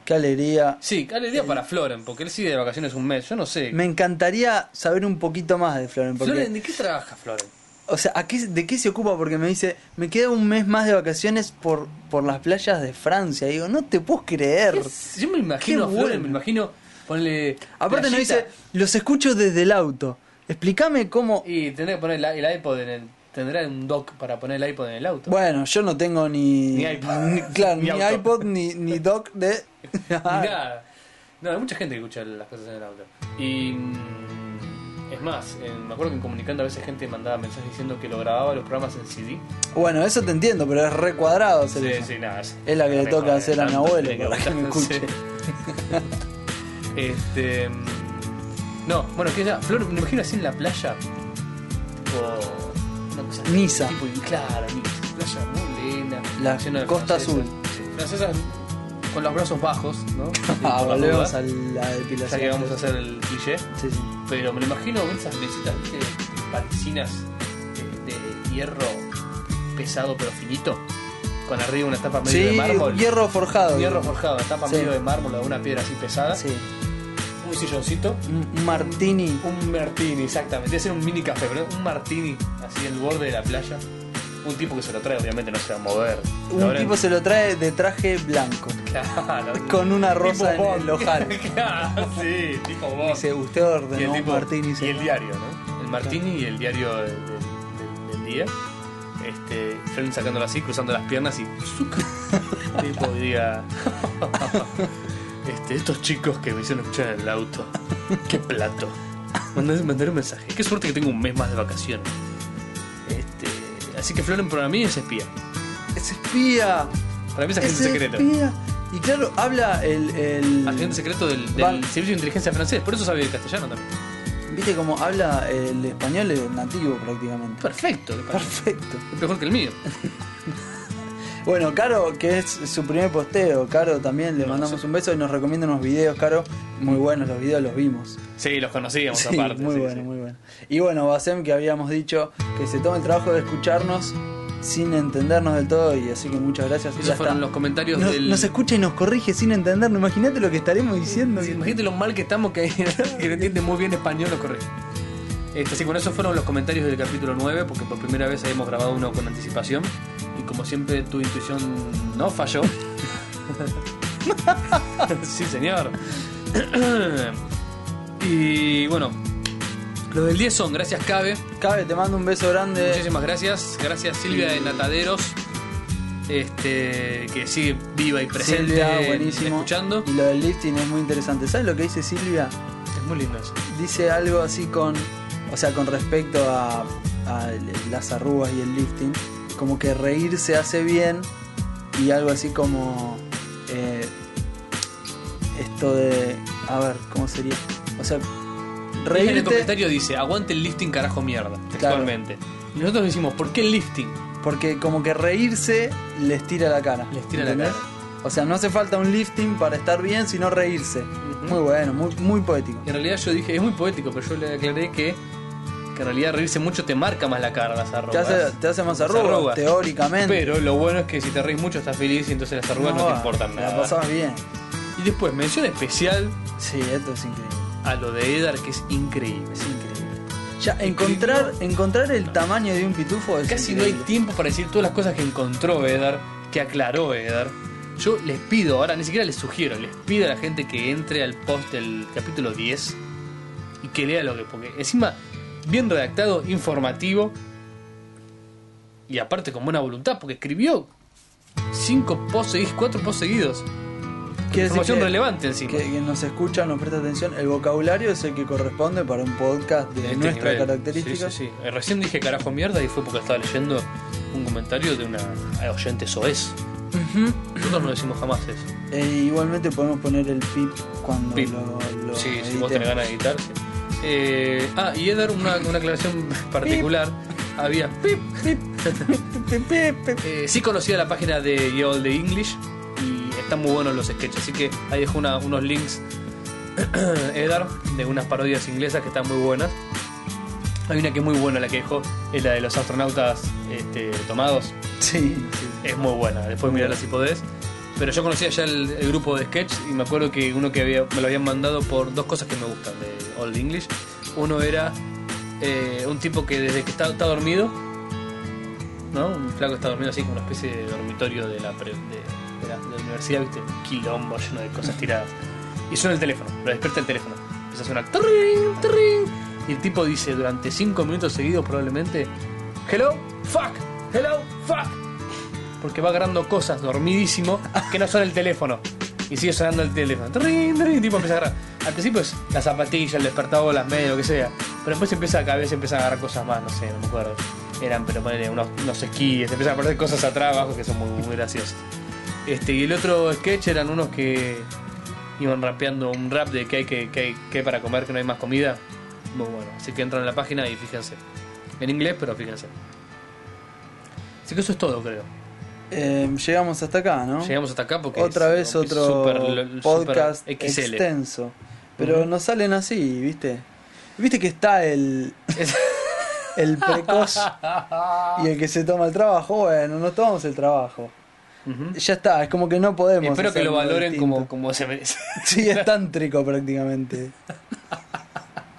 Qué alegría.
Sí, alegría para Floren, porque él sigue de vacaciones un mes. Yo no sé.
Eh. Me encantaría saber un poquito más de Floren. Porque,
Floren, ¿de qué trabaja Floren?
O sea, ¿a qué- ¿de qué se ocupa? Porque me dice, me queda un mes más de vacaciones por, por las playas de Francia. Digo, no te puedo creer.
Yo me imagino a
Qué
Floren,
bueno.
me imagino. Ponle.
Aparte nos
playita.
dice, los escucho desde el auto. Explícame cómo...
Y tendrá que poner el, el iPod en el. Tendrá un dock para poner el iPod en el auto.
Bueno, yo no tengo ni...
Ni iPod.
claro, ni,
Ni auto.
iPod, ni, ni dock de...
Nada. No, hay mucha gente que escucha las cosas en el audio. Y. mm, Es más, en- me acuerdo que en Comunicando a veces gente mandaba mensajes diciendo que lo grababa los programas en CD.
bueno, eso te entiendo, pero es recuadrado.
Sí, sí, nada.
Es la que le
me
toca
jode,
hacer a mi
tanto
abuelo,
tiene
para que me
gustar,
escuche. Ah,
sí. este. mm, No, bueno, que ya. Flor, me imagino así en la playa. Tipo. Una cosa así,
Niza.
Tipo, y claro, Niza. Playa muy linda.
La
llena de
Costa
francesas.
Azul.
Sí, Francesas con los brazos bajos, ¿no?
Ah,
Por las
volvemos
dudas,
a la
Ya
depilación.
que vamos a hacer el cliché.
Sí, sí.
Pero me lo imagino con esas mesitas, viste, paticinas de, de hierro pesado pero finito, con arriba una tapa medio de
Sí,
mármol.
hierro forjado.
Hierro
digo.
forjado, una tapa
Sí.
medio de mármol de una piedra así pesada.
Sí.
Un silloncito.
Un martini.
Un martini, exactamente. Debe ser un mini café, pero un martini así en el borde de la playa. Un tipo que se lo trae, obviamente no se va a mover.
Un
Lo habrán-
tipo se lo trae de traje blanco.
Claro.
Con una
Tipo
rosa en
Bond.
el ojal.
claro, sí, tipo vos.
Dice, usted ordenó un
tipo-
martini.
y el
señor".
diario, ¿no? El Martini y el diario del, del- del día. Este, Fren sacándolo así, cruzando las piernas y. tipo, y diga. este, estos chicos que me hicieron escuchar en el auto. Qué plato. Mandar, mandar un mensaje. Qué suerte que tengo un mes más de vacaciones. Este, así que Floren para mí es espía.
Es espía.
Para mí es
Es
agente secreto.
espía. Y claro, habla el. el-
Agente secreto del, del
Van-
servicio de inteligencia francés. Por eso sabe el castellano también.
Viste cómo habla el español el nativo prácticamente.
Perfecto. le parece.
Perfecto.
Es mejor que el mío.
Bueno, Caro, que es su primer posteo. Caro también le
No,
mandamos
sí.
un beso y nos recomienda unos videos, Caro. Muy buenos los videos, los vimos.
Sí, los conocíamos
Sí,
aparte.
muy
sí,
bueno,
sí.
muy bueno. Y bueno, Basem, que habíamos dicho que se toma el trabajo de escucharnos sin entendernos del todo, y así que muchas gracias. Ya
Esos
está.
fueron los comentarios
nos,
del.
nos escucha y nos corrige sin entendernos. Imagínate lo que estaremos diciendo.
Sí, Imagínate lo mal que estamos que, que no entiende muy bien español lo correcto. Este, así que bueno, esos fueron los comentarios del capítulo 9, porque por primera vez habíamos grabado uno con anticipación. Y como siempre, tu intuición no falló. sí, señor. y bueno, los del 10 son, gracias, Cabe.
Cabe, te mando un beso grande.
Muchísimas gracias. Gracias Silvia de Nataderos. Este, que sigue viva y presente
Silvia,
en-
buenísimo.
escuchando.
Y lo del lifting es muy interesante. ¿Sabes lo que dice Silvia?
Es muy lindo eso.
Dice algo así con. O sea, con respecto a, a las arrugas y el lifting. Como que reírse hace bien. Y algo así como. eh, esto de. A ver, ¿cómo sería? O sea,
Ella En el
reírte.
comentario dice, aguante el lifting carajo mierda, textualmente. Y nosotros decimos, ¿por qué el lifting?
Porque como que reírse les tira la cara.
Les tira la cara.
O sea, no hace falta un lifting para estar bien, sino reírse. Muy bueno, muy, muy poético.
En realidad yo dije, es muy poético, pero yo le aclaré que, que en realidad reírse mucho te marca más la cara las
Te
arrugas.
hace, te hace más
Las
arrugas,
arrugas.
teóricamente.
Pero lo bueno es que si te reís mucho estás feliz y entonces las arrugas no, te
va,
importan
La
nada.
pasabas bien.
Y después, mención especial
Sí, esto es increíble.
a lo de Edar, que es increíble.
Es increíble. Ya, encontrar, encontrar el tamaño de un pitufo es
Casi no hay
increíble.
tiempo para decir todas las cosas que encontró Edar, que aclaró Edar. Yo les pido, ahora ni siquiera les sugiero, les pido a la gente que entre al post del capítulo 10 y que lea lo que. Porque encima, bien redactado, informativo y aparte con buena voluntad, porque escribió 5 posts seguidos, 4 posts seguidos.
Quiere decir
Información
que-
relevante encima.
Que, que nos escucha, nos presta atención. El vocabulario es el que corresponde para un podcast de,
de este
nuestra
nivel.
característica.
Sí, sí, sí. Eh, Recién dije carajo mierda y fue porque estaba leyendo un comentario de una eh, oyente soez. Nosotros no decimos jamás eso.
E igualmente podemos poner el pip cuando
Pip.
lo, lo
Sí, si
editemos.
vos tenés ganas de editar. sí. Eh, ah, y Edar, una, una aclaración particular. Había. pip.
Pip, pip, pip.
Eh, sí conocía la página de Yodel de English y están muy buenos los sketches. Así que ahí dejo una- unos links, Edar, de unas parodias inglesas que están muy buenas. Hay una que es muy buena, la que dejó, es la de los astronautas este, tomados.
Sí, sí.
Es muy buena, después mirala si podés. Pero yo conocía ya el, el grupo de sketch y me acuerdo que uno que había- me lo habían mandado por dos cosas que me gustan de Old English. Uno era eh, un tipo que desde que está, está dormido, ¿no? Un flaco está dormido así como una especie de dormitorio de la, pre- de, de la, de la universidad, ¿viste? Quilombo lleno de cosas tiradas. Y suena el teléfono, lo despierta el teléfono. Empieza a sonar "Tarrín, tarrín", Y el tipo dice durante cinco minutos seguidos probablemente, hello, fuck, hello, fuck. Porque va agarrando cosas dormidísimo que no son el teléfono. Y sigue sonando el teléfono. "Tarrín, tarrín", Y el tipo empieza a agarrar. Al principio es la zapatilla, el despertador, las medias, lo que sea. Pero después empieza a cada vez empieza a agarrar cosas más, no sé, no me acuerdo. Eran, pero ponele unos, unos esquíes, empiezan a aparecer cosas atrás abajo que son muy, muy graciosas. Este, y el otro sketch eran unos que iban rapeando un rap de que hay que, que hay que hay para comer, que no hay más comida. Muy bueno, así que entran en la página y fíjense. En inglés, pero fíjense. Así que eso es todo, creo.
Eh, llegamos hasta acá, ¿no?
Llegamos hasta acá porque
Otra
es-
vez
es
otro
super- super
podcast
XL.
extenso. Pero nos salen así, ¿viste? Viste que está el, el precoz y el que se toma el trabajo. Bueno, nos tomamos el trabajo.
Ujú.
Ya está, es como que no podemos.
Espero que
hacer
lo
algo
valoren
distinto.
como, como se merece.
Sí, es tántrico prácticamente.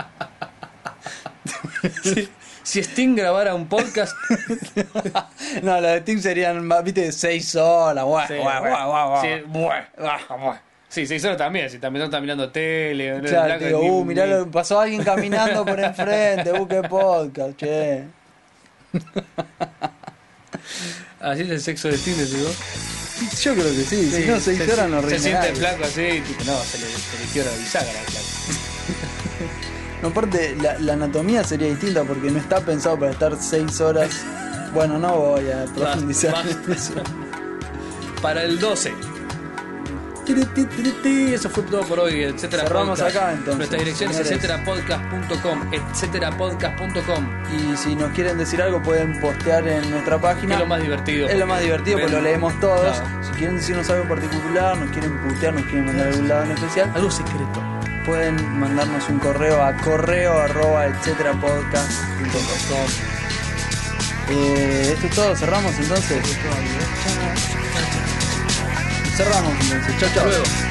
si, si Sting grabara un podcast,
No, los de Steam serían, más, viste, seis horas. Guau,
Sí,
Ah, guau,
bueno.
guau, guau, guau.
Sí, bueno, bueno, bueno. Sí, seis horas también. Si también está mirando tele.
Claro,
blanco,
te digo,
ni-
uh, mirá,
ni-
lo- pasó alguien caminando por enfrente, uh, qué podcast, che.
Así es el sexo de Sting, les digo.
Yo creo que sí, si no, seis
se,
horas no
se
rinde
siente
nadie.
el flaco así y tipo, no, se le, se le quiebra la bisagra al flaco.
No, aparte, la, la anatomía sería distinta porque no está pensado para estar seis horas. Bueno, no voy a profundizar
más.
en eso.
Para el 12. Tiri, ti, tiri, ti. Eso fue todo por hoy, etcétera.
Cerramos acá, entonces,
Nuestra dirección
señores.
es etcéterapodcast.com, etcéterapodcast.com.
Y si nos quieren decir algo, pueden postear en nuestra página.
Es lo más divertido.
Es lo más divertido porque lo leemos todos.
Claro.
Si quieren decirnos algo en particular, nos quieren putear, nos quieren mandar a algún lado en especial,
Algo secreto.
pueden mandarnos un correo a correo arroba etcétera podcast. Eh, esto es todo, cerramos entonces. Cerramos entonces, chao
Hasta
chao.
luego.